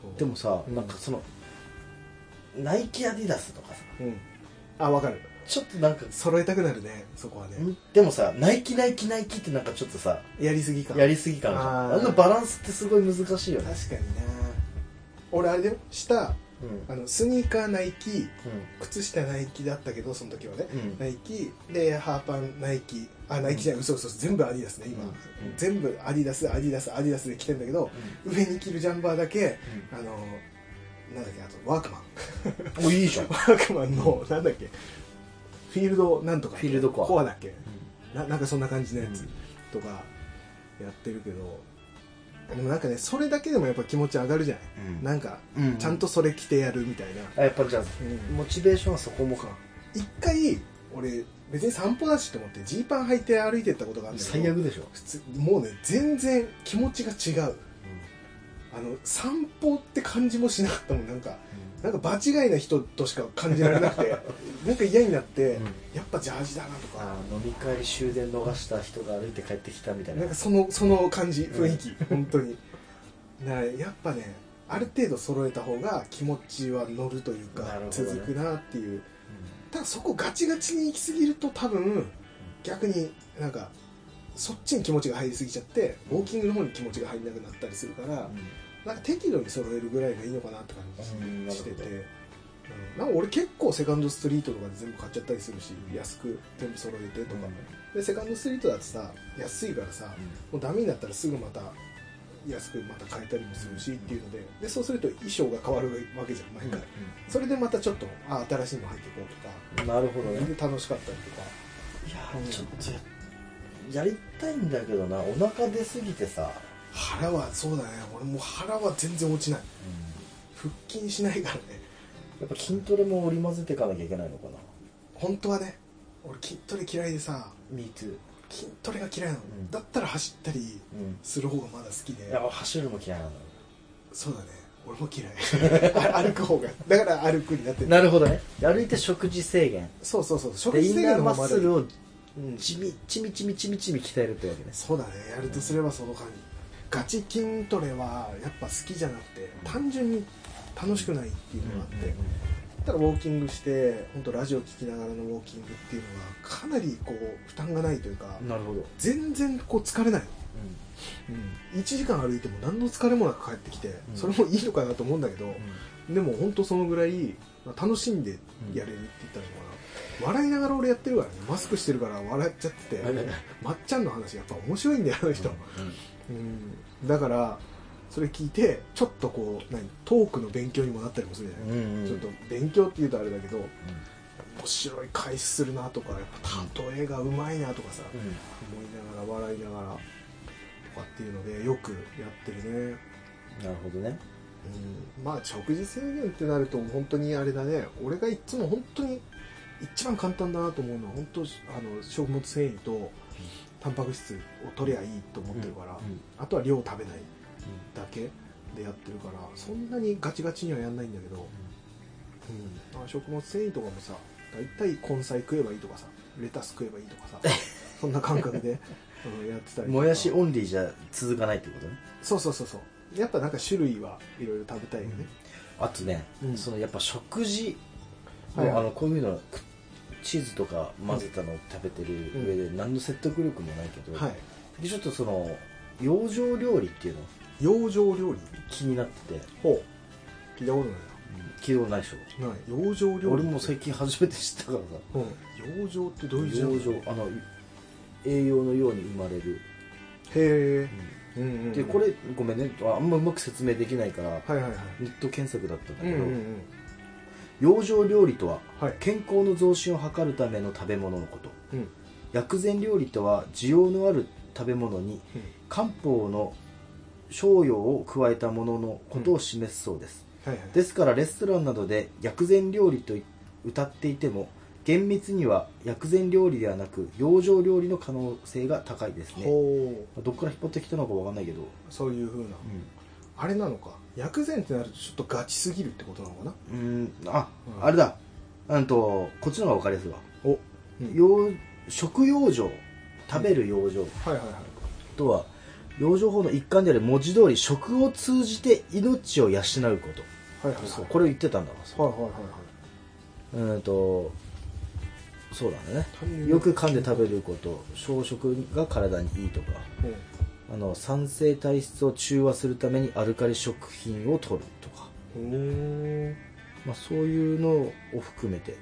Speaker 1: そう
Speaker 2: でもさ、
Speaker 1: うん
Speaker 2: なんかそのナイキアディダスとかさ
Speaker 1: うんあわかる
Speaker 2: ちょっとなんか
Speaker 1: 揃えたくなるねそこはね、
Speaker 2: でもさナイキナイキナイキってなんかちょっとさ
Speaker 1: やりすぎか
Speaker 2: やりすぎ感じゃん
Speaker 1: あ
Speaker 2: あ
Speaker 1: ー
Speaker 2: んなバランスってすごい難しいよね
Speaker 1: 確かにな俺あれだよ下
Speaker 2: うんうん
Speaker 1: あのスニーカーナイキ靴下ナイキだったけどその時はね、
Speaker 2: うん
Speaker 1: ナイキでハーパンナイキあナイキじゃない、嘘嘘嘘全部アディダスね今、
Speaker 2: うん
Speaker 1: 全部アディダスアディダスアディダスで着てんだけど、上に着るジャンバーだけ、あのなんだっけあとワークマン
Speaker 2: おいいじゃん
Speaker 1: ワークマンのなんだっけフィールドなんとか
Speaker 2: フィールドコア
Speaker 1: コアだっけ、ななんかそんな感じのやつとかやってるけど、でもなんかねそれだけでもやっぱ気持ち上がるじゃない、
Speaker 2: うん
Speaker 1: なんか
Speaker 2: うん
Speaker 1: ちゃんとそれ着てやるみたいな、
Speaker 2: あやっぱじゃあ
Speaker 1: うん
Speaker 2: モチベーションはそこもか
Speaker 1: 一回俺別に散歩だしと思ってジーパン履いて歩いてったことがあるんだけど
Speaker 2: でしょ、
Speaker 1: 普通もうね全然気持ちが違うあの散歩って感じもしなかったもんなんかなんか場違いな人としか感じられな くてなんか嫌になって、
Speaker 2: うん
Speaker 1: やっぱジャージだなとか
Speaker 2: あー飲み会終電逃した人が歩いて帰ってきたみたいな
Speaker 1: なんかそのその感じ
Speaker 2: うん
Speaker 1: 雰囲気、本当にだからやっぱねある程度揃えた方が気持ちは乗るというか、
Speaker 2: なるほどね
Speaker 1: 続くなっていうただそこガチガチに行き過ぎると多分逆になんかそっちに気持ちが入りすぎちゃってウォーキングの方に気持ちが入らなくなったりするから、なんか適度に揃えるぐらいがいいのかなって感じ
Speaker 2: うんなる
Speaker 1: し
Speaker 2: ほ
Speaker 1: て
Speaker 2: ど
Speaker 1: て、うんなんか俺結構セカンドストリートとかで全部買っちゃったりするし、
Speaker 2: うん
Speaker 1: 安く全部揃えてと
Speaker 2: と
Speaker 1: か、
Speaker 2: か
Speaker 1: でセカンドストリートだってさ安いからさ、もうダメになったらすぐまた安くまた買えたりもするしっていうのででそうすると衣装が変わるわけじゃん毎回、それでまたちょっとあ新しいの入っていこうとか
Speaker 2: なるほどね
Speaker 1: で楽しかったりとか
Speaker 2: いや
Speaker 1: うん
Speaker 2: ーちょっとややりたいんだけどなお腹出すぎてさ、
Speaker 1: 腹はそうだね俺もう腹は全然落ちない腹筋しないからね
Speaker 2: やっぱ筋トレも織り交ぜていかなきゃいけないのかな
Speaker 1: 本当はね俺筋トレ嫌いでさ
Speaker 2: MeToo、
Speaker 1: 筋トレが嫌いなの、
Speaker 2: うん
Speaker 1: だったら走ったり
Speaker 2: うん、
Speaker 1: する方がまだ好き
Speaker 2: い
Speaker 1: で
Speaker 2: や走るのも嫌いなの
Speaker 1: そうだね俺も嫌い あ歩く方がだから歩くになってる
Speaker 2: るほどね歩いて食事制限
Speaker 1: そうそうそう食
Speaker 2: で
Speaker 1: 事
Speaker 2: イン
Speaker 1: 制
Speaker 2: ナ
Speaker 1: 限
Speaker 2: ー
Speaker 1: の
Speaker 2: マ
Speaker 1: 方も
Speaker 2: ッ
Speaker 1: あ
Speaker 2: スル
Speaker 1: る
Speaker 2: をちみちみちみちみちみ鍛えるってわけです
Speaker 1: そうだねやるとすればその感じガチ筋トレはやっぱ好きじゃなくて単純に楽しくないっていうのがあって、ただウォーキングして本当ラジオ聞きながらのウォーキングっていうのはかなりこう負担がないというか、
Speaker 2: なるほど、
Speaker 1: 全然こう疲れない、1時間歩いても何の疲れもなく帰ってきて、
Speaker 2: ん
Speaker 1: それもいいのかなと思うんだけど、でも本当そのぐらいまあ楽しんでやれるって言ったのかな、笑いながら俺やってるからねマスクしてるから笑っちゃってて
Speaker 2: うん
Speaker 1: まっちゃんの話やっぱ面白いんだよあの人、うんだからそれ聞いてちょっとこう何トークの勉強にもなったりもするじゃない、
Speaker 2: うん
Speaker 1: ちょっと勉強っていうとあれだけど面白い回数するなとかやっぱ例えがうまいなとかさ、
Speaker 2: うん
Speaker 1: 思いながら笑いながらとかっていうのでよくやってるね、
Speaker 2: なるほどね
Speaker 1: うん、まあ食事制限ってなると本当にあれだね俺がいつも本当に一番簡単だなと思うのは本当あの食物繊維とタンパク質を取りゃいいと思ってるから、
Speaker 2: うんうん
Speaker 1: あとは量食べないだけでやってるからそんなにガチガチにはやんないんだけど、うんまあ、食物繊維とかもさ大体根菜食えばいいとかさレタス食えばいいとか さそんな感覚で、うん、やってたりとか
Speaker 2: もやしオンリーじゃ続かないってことね
Speaker 1: そうそうそうそうやっぱなんか種類はいろいろ食べたいよね、
Speaker 2: あとね、
Speaker 1: うん
Speaker 2: そのやっぱ食事
Speaker 1: は
Speaker 2: の,、
Speaker 1: いはい
Speaker 2: あのこういうのくチーズとか混ぜたのを食べてる上で何の説得力もないけど、
Speaker 1: はい
Speaker 2: でちょっとその養生料理っていうの
Speaker 1: 養生料理
Speaker 2: 気になってて
Speaker 1: ほう聞いたことない
Speaker 2: 聞いたことないでし
Speaker 1: なない養生料理
Speaker 2: ょ俺も最近初めて知ったから
Speaker 1: うん、養生ってどういう字
Speaker 2: さ
Speaker 1: なの
Speaker 2: 養生あの栄養のように生まれる、
Speaker 1: へえ、うんうんうん
Speaker 2: でこれごめんねああんまうまく説明できないから、
Speaker 1: はいはいはい
Speaker 2: ネット検索だったんだ
Speaker 1: う
Speaker 2: け
Speaker 1: ん
Speaker 2: ど、
Speaker 1: うんうん
Speaker 2: 養生料理とは
Speaker 1: はい
Speaker 2: 健康の増進を図るための食べ物のこと
Speaker 1: うん
Speaker 2: 薬膳料理とは需要のある食べ物に
Speaker 1: うん
Speaker 2: 漢方の商用を加えたもののことを示すそうです、
Speaker 1: はいはい
Speaker 2: ですからレストランなどで薬膳料理と歌っていても厳密には薬膳料理ではなく養生料理の可能性が高いですね
Speaker 1: ほう
Speaker 2: どっから引っ張ってきたのかわかんないけど、
Speaker 1: そういうふうな、あれなのか薬膳ってなるとちょっとガチすぎるってことなのかな
Speaker 2: うんあ、
Speaker 1: うん
Speaker 2: あれだうんとこっちの方が分かりやすいわ
Speaker 1: お、よ
Speaker 2: 養食養生食べる養生、
Speaker 1: はいはいはい
Speaker 2: とは養生法の一環である文字通り食を通じて命を養うこと
Speaker 1: はいはいはい
Speaker 2: これを言ってたんだわ
Speaker 1: はいはいはいは
Speaker 2: うーんとそうなんだね
Speaker 1: 単純に
Speaker 2: よく噛んで食べること小食が体にいいとか
Speaker 1: いうん
Speaker 2: あの酸性体質を中和するためにアルカリ食品を取るとか、
Speaker 1: へ
Speaker 2: まあ、そういうのを含めて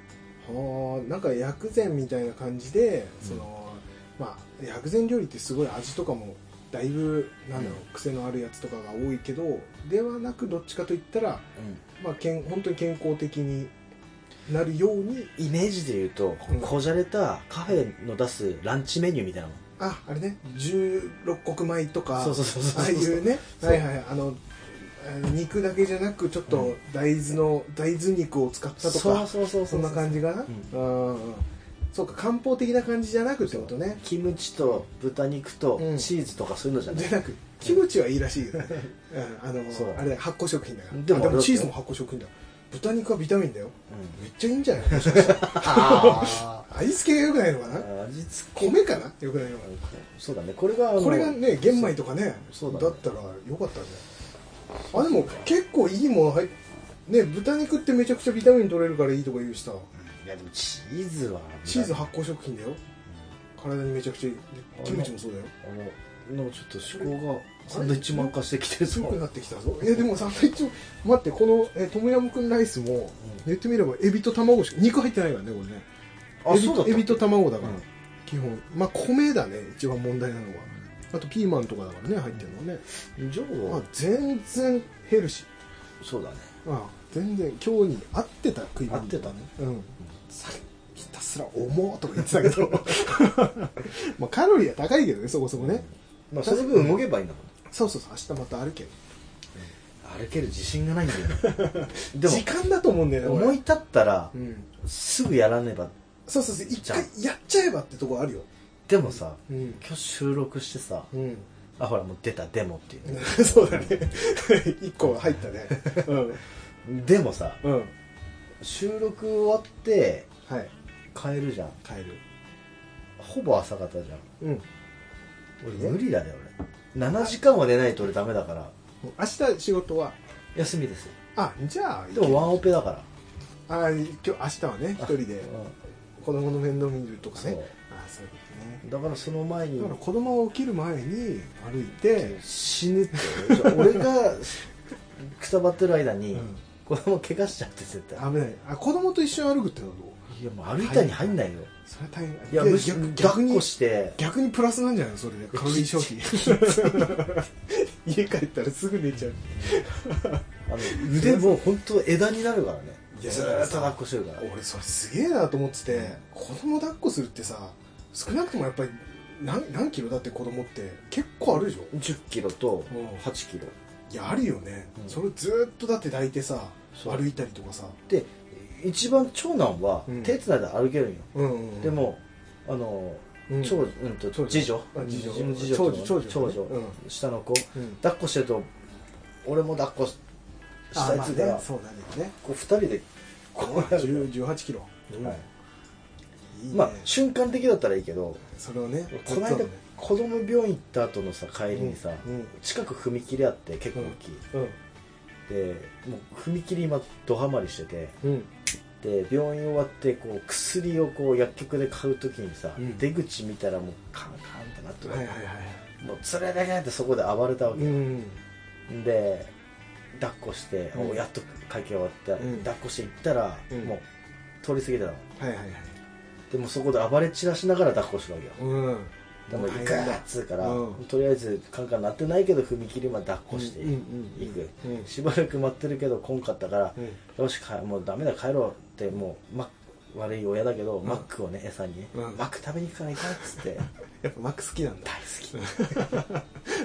Speaker 1: えなんか薬膳みたいな感じで、そのまあ薬膳料理ってすごい味とかもだいぶなんだろう、癖のあるやつとかが多いけどではなくどっちかといったら、まあ、けん本当に健康的になるように
Speaker 2: イメージで言うと
Speaker 1: うん
Speaker 2: こじゃれたカフェの出すランチメニューみたいなの
Speaker 1: ああれね16穀米とか
Speaker 2: そうそうそうそう
Speaker 1: ああいうね
Speaker 2: そう
Speaker 1: はいはいあのあの肉だけじゃなくちょっと大豆の、大豆肉を使ったと
Speaker 2: そう
Speaker 1: か
Speaker 2: そうそう
Speaker 1: そんな感じかな
Speaker 2: う
Speaker 1: うん、そうか漢方的な感じじゃなくってことね
Speaker 2: キムチと豚肉と
Speaker 1: うん
Speaker 2: チーズとかそういうのじゃない
Speaker 1: じゃなくキムチはいいらしいよ ね、うん、あの
Speaker 2: そう
Speaker 1: あれ発酵食品だから
Speaker 2: でも
Speaker 1: あでもチーズも発酵食品だ豚肉はビタミンだよ
Speaker 2: うん
Speaker 1: めっちゃいいんじゃないの
Speaker 2: あ
Speaker 1: 味付けが良くないのかな
Speaker 2: ー味付け
Speaker 1: 米かな良くないのか
Speaker 2: そうだねこれがあの
Speaker 1: なこれがね玄米とかね
Speaker 2: そうそうだ
Speaker 1: だ
Speaker 2: ね
Speaker 1: ったら良かったんじゃないあでも結構いいもの入っね豚肉ってめちゃくちゃビタミン取れるからいいとか言うしさ
Speaker 2: いやでもチーズは
Speaker 1: チーズ発酵食品だよ体にめちゃくちゃいいで
Speaker 2: あ
Speaker 1: キムチもそうだよ
Speaker 2: あののちょっと思考がサンドイッチマン化してきてるぞ
Speaker 1: 強くなってきたぞいやでもサンドイッチも待ってこのえトムヤムクンライスも、言ってみればエビと卵しか肉入ってないからねこれねエ
Speaker 2: あ
Speaker 1: ビ
Speaker 2: そうだった
Speaker 1: エビと卵だから、
Speaker 2: うん
Speaker 1: 基本まあ米だね一番問題なのはあとピーマンとかだからね入ってるのね、
Speaker 2: じゃ
Speaker 1: まあ
Speaker 2: あ、
Speaker 1: 全然ヘルシー
Speaker 2: そうだね
Speaker 1: ああ全然今日に合ってた食い
Speaker 2: 合
Speaker 1: 物
Speaker 2: ってたね
Speaker 1: うんさひたすら重っとか言ってたけど まあカロリーは高いけどねそこそこね、
Speaker 2: まあその分動けばいいんだもん
Speaker 1: そうそうそう明日また歩け
Speaker 2: 歩ける自信がないんだよ ねでも
Speaker 1: 時間だと思うんだよね俺
Speaker 2: 思い立ったら
Speaker 1: うん
Speaker 2: すぐやらねば
Speaker 1: そうそうそう一
Speaker 2: じゃあ
Speaker 1: 回やっちゃえばってとこあるよ
Speaker 2: でもさ
Speaker 1: うん
Speaker 2: 今日収録してさ
Speaker 1: うん
Speaker 2: あほらもう出たデモっていうね
Speaker 1: そうだね 一個入ったね
Speaker 2: でもさ
Speaker 1: うんうん
Speaker 2: 収録終わって
Speaker 1: はい
Speaker 2: 帰るじゃん
Speaker 1: 帰る
Speaker 2: ほぼ朝方じゃん
Speaker 1: うん
Speaker 2: 俺無理だね俺7時間は寝ないと俺ダメだから
Speaker 1: 明日仕事は
Speaker 2: 休みですよ
Speaker 1: あじゃあ
Speaker 2: でもワンオペだから
Speaker 1: あ今日明日はね一人で
Speaker 2: う
Speaker 1: 子供の面倒見るとかね
Speaker 2: そう
Speaker 1: あそうですね
Speaker 2: んだからその前に
Speaker 1: だから子供が起きる前に歩いて
Speaker 2: 死ぬって じゃあ俺がくたばってる間に
Speaker 1: うん
Speaker 2: 子供怪我しちゃって絶対
Speaker 1: 危ないあ子供と一緒に歩くってのはどう
Speaker 2: いやもう歩いたに入んないよ
Speaker 1: それは大変
Speaker 2: いや
Speaker 1: で
Speaker 2: むしろ
Speaker 1: 逆逆
Speaker 2: 抱っ
Speaker 1: に
Speaker 2: こして
Speaker 1: 逆にプラスなんじゃないのそれでカロリー消 費家帰ったらすぐ寝ちゃう
Speaker 2: あの腕もう本当枝になるからね
Speaker 1: いや
Speaker 2: ずーっと抱っこしてるから
Speaker 1: 俺それすげえなと思ってて子供抱っこするってさ少なくともやっぱり何何キロだって子供って結構あるでしょ
Speaker 2: 1 0キロと
Speaker 1: うん
Speaker 2: 8キロ
Speaker 1: いやあるよね、
Speaker 2: うん
Speaker 1: それずっとだって抱いてさ
Speaker 2: そう
Speaker 1: 歩いたりとかさ
Speaker 2: で一番長男は
Speaker 1: うん
Speaker 2: 手つないで歩けるんよ、
Speaker 1: うんうんうん
Speaker 2: でもあの
Speaker 1: うん
Speaker 2: 長うんと
Speaker 1: 長女
Speaker 2: 次女
Speaker 1: あ次女
Speaker 2: 自分の次女
Speaker 1: 長女
Speaker 2: と
Speaker 1: 長女
Speaker 2: 長女
Speaker 1: うん
Speaker 2: 下の子
Speaker 1: うん
Speaker 2: 抱っこしてると俺も抱っこししたやつだから、
Speaker 1: あまあねそうなるよね
Speaker 2: こう2人でこうやる、
Speaker 1: 1 8キロ、うん
Speaker 2: はい
Speaker 1: いいね、
Speaker 2: まあ瞬間的だったらいいけど
Speaker 1: それをね
Speaker 2: この間子供病院行った後のさ帰りにさ、
Speaker 1: うん
Speaker 2: 近く踏切あって結構大きい、
Speaker 1: うん
Speaker 2: でもう踏切今ドハマりしてて
Speaker 1: うん
Speaker 2: で病院終わってこう薬をこう薬局で買う時にさ、
Speaker 1: うん
Speaker 2: 出口見たらもうカンカンってなってる、
Speaker 1: はいはいはい
Speaker 2: もうそれだけってそこで暴れたわけ、
Speaker 1: ん
Speaker 2: で抱っこして、
Speaker 1: うん
Speaker 2: おやっと会計終わった、
Speaker 1: うん
Speaker 2: 抱っこして行ったら、
Speaker 1: うん
Speaker 2: もう通り過ぎたの
Speaker 1: はいはいはい
Speaker 2: でもそこで暴れ散らしながら抱っこしてるわけよ、
Speaker 1: うん
Speaker 2: でも行
Speaker 1: 大
Speaker 2: く
Speaker 1: 変だ
Speaker 2: っつうから、
Speaker 1: うん
Speaker 2: とりあえずカンカンなってないけど踏切まで抱っこして
Speaker 1: うん
Speaker 2: 行く、
Speaker 1: うんうん
Speaker 2: しばらく待ってるけど来んかったから、
Speaker 1: うん
Speaker 2: よしかもうダメだ帰ろうってもう、ま、悪い親だけど、マックをね餌にね、
Speaker 1: うん
Speaker 2: マック食べに行くから行こうっつって
Speaker 1: やっぱマック好きなんだ
Speaker 2: 大好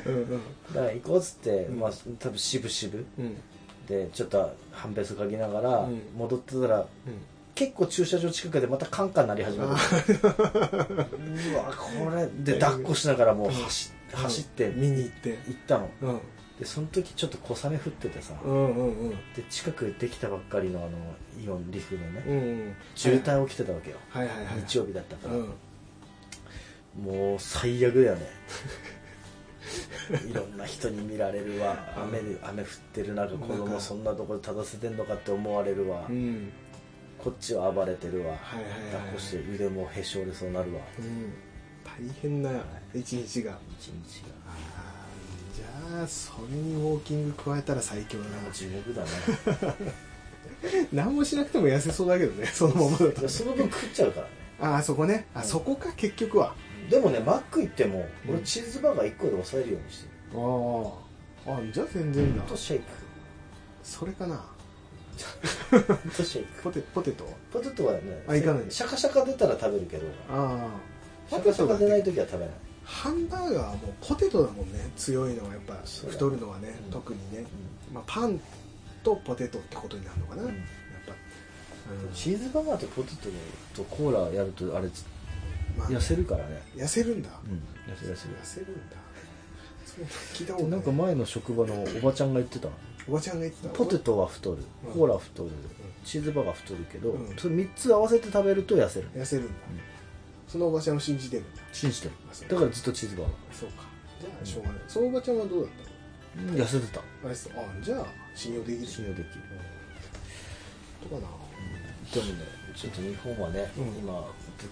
Speaker 1: うんうん
Speaker 2: きだから行こうっつって、まあ多分渋々
Speaker 1: うん
Speaker 2: でちょっと半べそかぎながら
Speaker 1: うん
Speaker 2: 戻ってたら、結構駐車場近くでまたカンカン鳴り始めた
Speaker 1: あ
Speaker 2: うわこれで抱っこしながらもう走,、走って
Speaker 1: 見
Speaker 2: 行
Speaker 1: に行って
Speaker 2: ったの
Speaker 1: うん
Speaker 2: でその時ちょっと小雨降っててさ、
Speaker 1: うんうんうん
Speaker 2: で近くできたばっかりのあのイオンリフのね、
Speaker 1: うんうん
Speaker 2: 渋滞起きてたわけよ、
Speaker 1: はいはいはい
Speaker 2: 日曜日だったから、
Speaker 1: うん
Speaker 2: もう最悪だよね いろんな人に見られるわ雨で雨降ってる中子
Speaker 1: なん
Speaker 2: 供
Speaker 1: か
Speaker 2: そんなとこで立たせてんのかって思われるわ、
Speaker 1: うん
Speaker 2: こっちは暴れてるわ、
Speaker 1: はいはいはいはい
Speaker 2: 抱っこして腕もへし折れそうになるわ
Speaker 1: うん大変な一日が
Speaker 2: 一日が
Speaker 1: あーじゃあそれにウォーキング加えたら最強だな
Speaker 2: もう地獄だ ね
Speaker 1: 何もしなくても痩せそうだけどねそのままだ
Speaker 2: い
Speaker 1: と
Speaker 2: やその分食っちゃうからね
Speaker 1: ああそこねあそこか結局は
Speaker 2: でもねマック行っても
Speaker 1: うん
Speaker 2: 俺チーズバーガー1個で抑えるようにしてる
Speaker 1: あああじゃあ全然だ
Speaker 2: あとシェイク
Speaker 1: それかな
Speaker 2: トシェイク
Speaker 1: ポテポテト
Speaker 2: ポテトはね
Speaker 1: あいかない
Speaker 2: シャカシャカ出たら食べるけど
Speaker 1: ああ
Speaker 2: シャカシャカ出ない
Speaker 1: と
Speaker 2: 時は食べない
Speaker 1: ハンバーガーはもうポテトだもんね強いのはやっぱ
Speaker 2: そうだ
Speaker 1: 太るのはね、
Speaker 2: うん
Speaker 1: 特にね、まあ、パンとポテトってことになるのかな、
Speaker 2: うん
Speaker 1: やっぱ、うん
Speaker 2: チーズバーガーとポテトとコーラやるとあれ
Speaker 1: まあ
Speaker 2: 痩せるからね
Speaker 1: 痩せるんだ、
Speaker 2: うん痩せる痩せ
Speaker 1: 痩
Speaker 2: る
Speaker 1: せるんだそう聞いたこと
Speaker 2: な
Speaker 1: ない
Speaker 2: んか前の職場のおばちゃんが言ってた
Speaker 1: おばちゃんが言ってた
Speaker 2: ポテトは太る
Speaker 1: うん
Speaker 2: コーラ太るチーズバーガー太るけど、
Speaker 1: うん
Speaker 2: それ3つ合わせて食べると痩せる
Speaker 1: 痩せるんだ、
Speaker 2: うん
Speaker 1: そのおばちゃんを信じてるんだ
Speaker 2: 信じてる
Speaker 1: あそう
Speaker 2: だからずっとチーズバー
Speaker 1: そうかじゃあしょうがない、そのおばちゃんはどうだっ
Speaker 2: ガー痩せてた
Speaker 1: たのあれそうあじゃあ信用できる
Speaker 2: 信用できる
Speaker 1: とかな
Speaker 2: でもねちょっと日本はね、
Speaker 1: うん
Speaker 2: 今物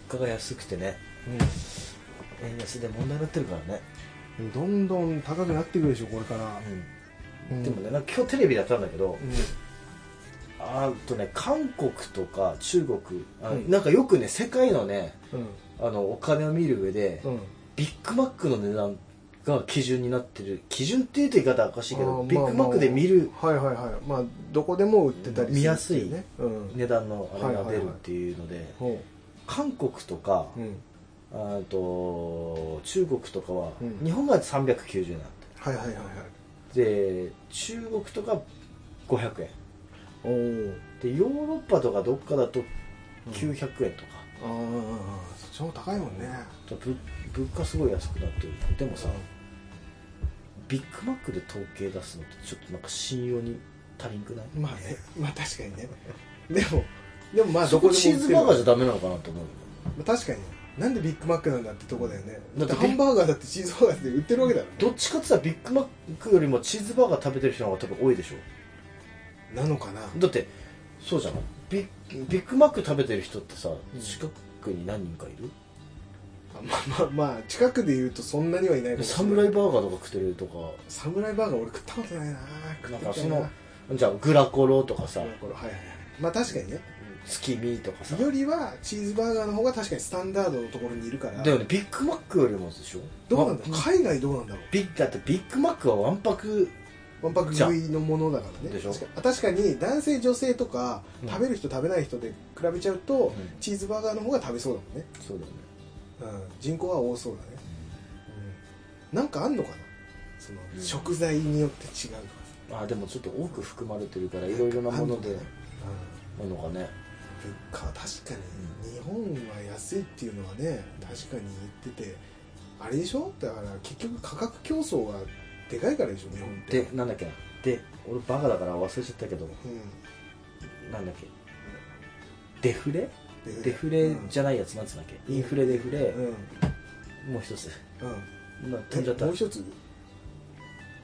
Speaker 2: 価が安くてね
Speaker 1: う
Speaker 2: 円安で問題になってるからね、
Speaker 1: んどんどん高くなっていくでしょこれから、うん
Speaker 2: でもねなんか今日テレビだったんだけ
Speaker 1: う
Speaker 2: ど、
Speaker 1: ん
Speaker 2: あーっとね韓国とか中国あ
Speaker 1: うん
Speaker 2: なんかよくね世界のね
Speaker 1: うん
Speaker 2: あのお金を見る上で、
Speaker 1: うん
Speaker 2: ビッグマックの値段が基準になってる基準っていうと言い方はおかしいけ
Speaker 1: あ
Speaker 2: ど
Speaker 1: ー
Speaker 2: ビッグマックで見る
Speaker 1: まあまあはいはいはいまあどこでも売ってたり
Speaker 2: 見やすい
Speaker 1: ねうん、
Speaker 2: 値段のあれが出るっていうので、
Speaker 1: ほ
Speaker 2: 韓国とか、
Speaker 1: ううん
Speaker 2: あーと中国とかは、
Speaker 1: うん
Speaker 2: 日本が390円なん
Speaker 1: はいはいはいはい
Speaker 2: で中国とか500円
Speaker 1: おお
Speaker 2: でヨーロッパとかどっかだと900円とか、
Speaker 1: ああそっちの方が高いもんね
Speaker 2: ぶ物価すごい安くなってるでもさビッグマックで統計出すのってちょっとなんか信用に足りんくない
Speaker 1: まあ ねまあ確かにねでもでもまあ
Speaker 2: そ
Speaker 1: どこ
Speaker 2: こ
Speaker 1: でも
Speaker 2: チーズバーガーじゃ
Speaker 1: ゃ
Speaker 2: ダメなのかなと思うよ
Speaker 1: 確かになんでビッグマックなんだってとこだよね
Speaker 2: だ
Speaker 1: だっ
Speaker 2: っ
Speaker 1: ててハンバーガーだってチーズバーガーだって売ってるわけだろ
Speaker 2: どっちかってさビッグマックよりもチーズバーガー食べてる人の方が多分多いでしょ
Speaker 1: なのかな
Speaker 2: だってそうじゃないビッビッグマック食べてる人ってさ
Speaker 1: ん
Speaker 2: 近くに何人かいる、
Speaker 1: まあまあまあ近くで言うとそんなにはいないかもし
Speaker 2: サ
Speaker 1: れ
Speaker 2: ム
Speaker 1: な
Speaker 2: ラ
Speaker 1: い
Speaker 2: イバーガーとか食ってるとか
Speaker 1: サムライバーガー俺食ったことないな
Speaker 2: なん
Speaker 1: 食
Speaker 2: か
Speaker 1: って
Speaker 2: そ
Speaker 1: みたい
Speaker 2: のじゃあグラコロとかさ
Speaker 1: なこれはいはいはいまあ確かにね
Speaker 2: 月見とかさ
Speaker 1: よりはチーズバーガーの方が確かにスタンダードのところにいるから
Speaker 2: だよねビッグマックよりもでしょ
Speaker 1: どうなんだろう
Speaker 2: ま
Speaker 1: 海外どうなんだろう
Speaker 2: ビッだってビッグマックはわんぱく
Speaker 1: ワンパク食いのものだからね
Speaker 2: でしょ
Speaker 1: 確か確かに男性女性とか、
Speaker 2: うん
Speaker 1: 食べる人食べない人で比べちゃうと、
Speaker 2: ん
Speaker 1: チーズバーガーの方が食べそうだもんね、
Speaker 2: そうだよね
Speaker 1: うん、人口は多そうだね、うん、なんかあんのかなその、
Speaker 2: うん
Speaker 1: 食材によって違うとか
Speaker 2: あでもちょっと多く含まれてるからいろいろな
Speaker 1: さ
Speaker 2: もので
Speaker 1: あんのか
Speaker 2: なのかね
Speaker 1: なうん物価は確かに日本は安いっていうのはね確かに言っててあれでしょだから結局価格競争がでかいからでしょ日本って
Speaker 2: でなんだっけなで俺バカだから忘れちゃったけど
Speaker 1: う
Speaker 2: なんだっけデフレ
Speaker 1: ん
Speaker 2: デフレじ
Speaker 1: ゃ、
Speaker 2: ゃないやつなんつうんだっけインフレデフレ
Speaker 1: うんうん
Speaker 2: もう一つ
Speaker 1: うん
Speaker 2: 今飛んじゃった
Speaker 1: もう一つ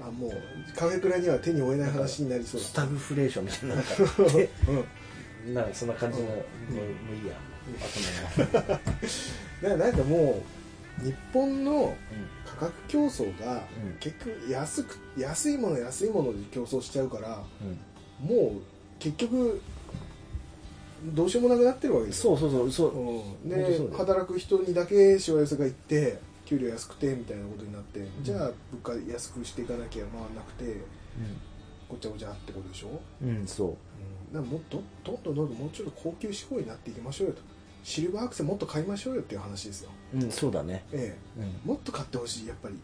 Speaker 1: あもうカフェクラには手に負えない話になりそうだ
Speaker 2: スタグフレーションみたいななんかで
Speaker 1: うん、
Speaker 2: なんかそんな感じのもう
Speaker 1: うん
Speaker 2: もういいや頭が
Speaker 1: だからなんかもう日本の
Speaker 2: う
Speaker 1: 価格競争が
Speaker 2: うん
Speaker 1: 結局安く安いもの安いもので競争しちゃうから
Speaker 2: ん
Speaker 1: もう結局どうしようもなくなってるわけ
Speaker 2: うん
Speaker 1: ですよ、
Speaker 2: そうそうそうそう
Speaker 1: うん、
Speaker 2: 本当
Speaker 1: で
Speaker 2: そうだよ
Speaker 1: 働く人にだけしわ寄せがいって給料安くてみたいなことになって、じゃあ物価安くしていかなきゃ回らなくてごちゃごちゃってことでしょ
Speaker 2: うんうんそう
Speaker 1: うん、だからもっとどんどんどんどんもうちょっと高級志向になっていきましょうよとシルバーアクセもっと買いましょうよっていう話ですよ、
Speaker 2: うんそうだね
Speaker 1: え
Speaker 2: うん
Speaker 1: え、もっと買ってほしいやっぱり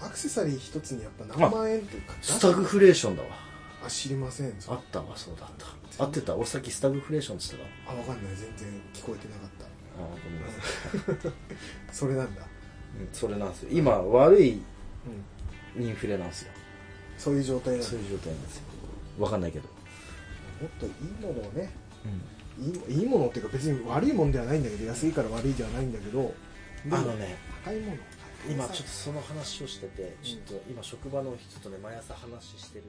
Speaker 1: アクセサリー一つにやっぱ何万円ってか
Speaker 2: スタグフレーションだわ
Speaker 1: あ知りませんそ
Speaker 2: あ
Speaker 1: あ
Speaker 2: ったわそうだった合ってた俺さっきスタグフレーションっつってた
Speaker 1: あ分かんない全然聞こえてなかっ
Speaker 2: あーごめんなさい、
Speaker 1: たそれなんだ、
Speaker 2: うん、それなんですよ今悪い
Speaker 1: うん、
Speaker 2: インフレなんですよ
Speaker 1: そういう状態なんだ
Speaker 2: そういう状態なんですよわかんないけど、
Speaker 1: もっといいものをねいいいいものっていうか別に悪いもんではないんだけど安いから悪いじゃないんだけどでも
Speaker 2: あのね
Speaker 1: 高いもの
Speaker 2: 今ちょっとその話をしててちょっと今職場の人とね毎朝話してる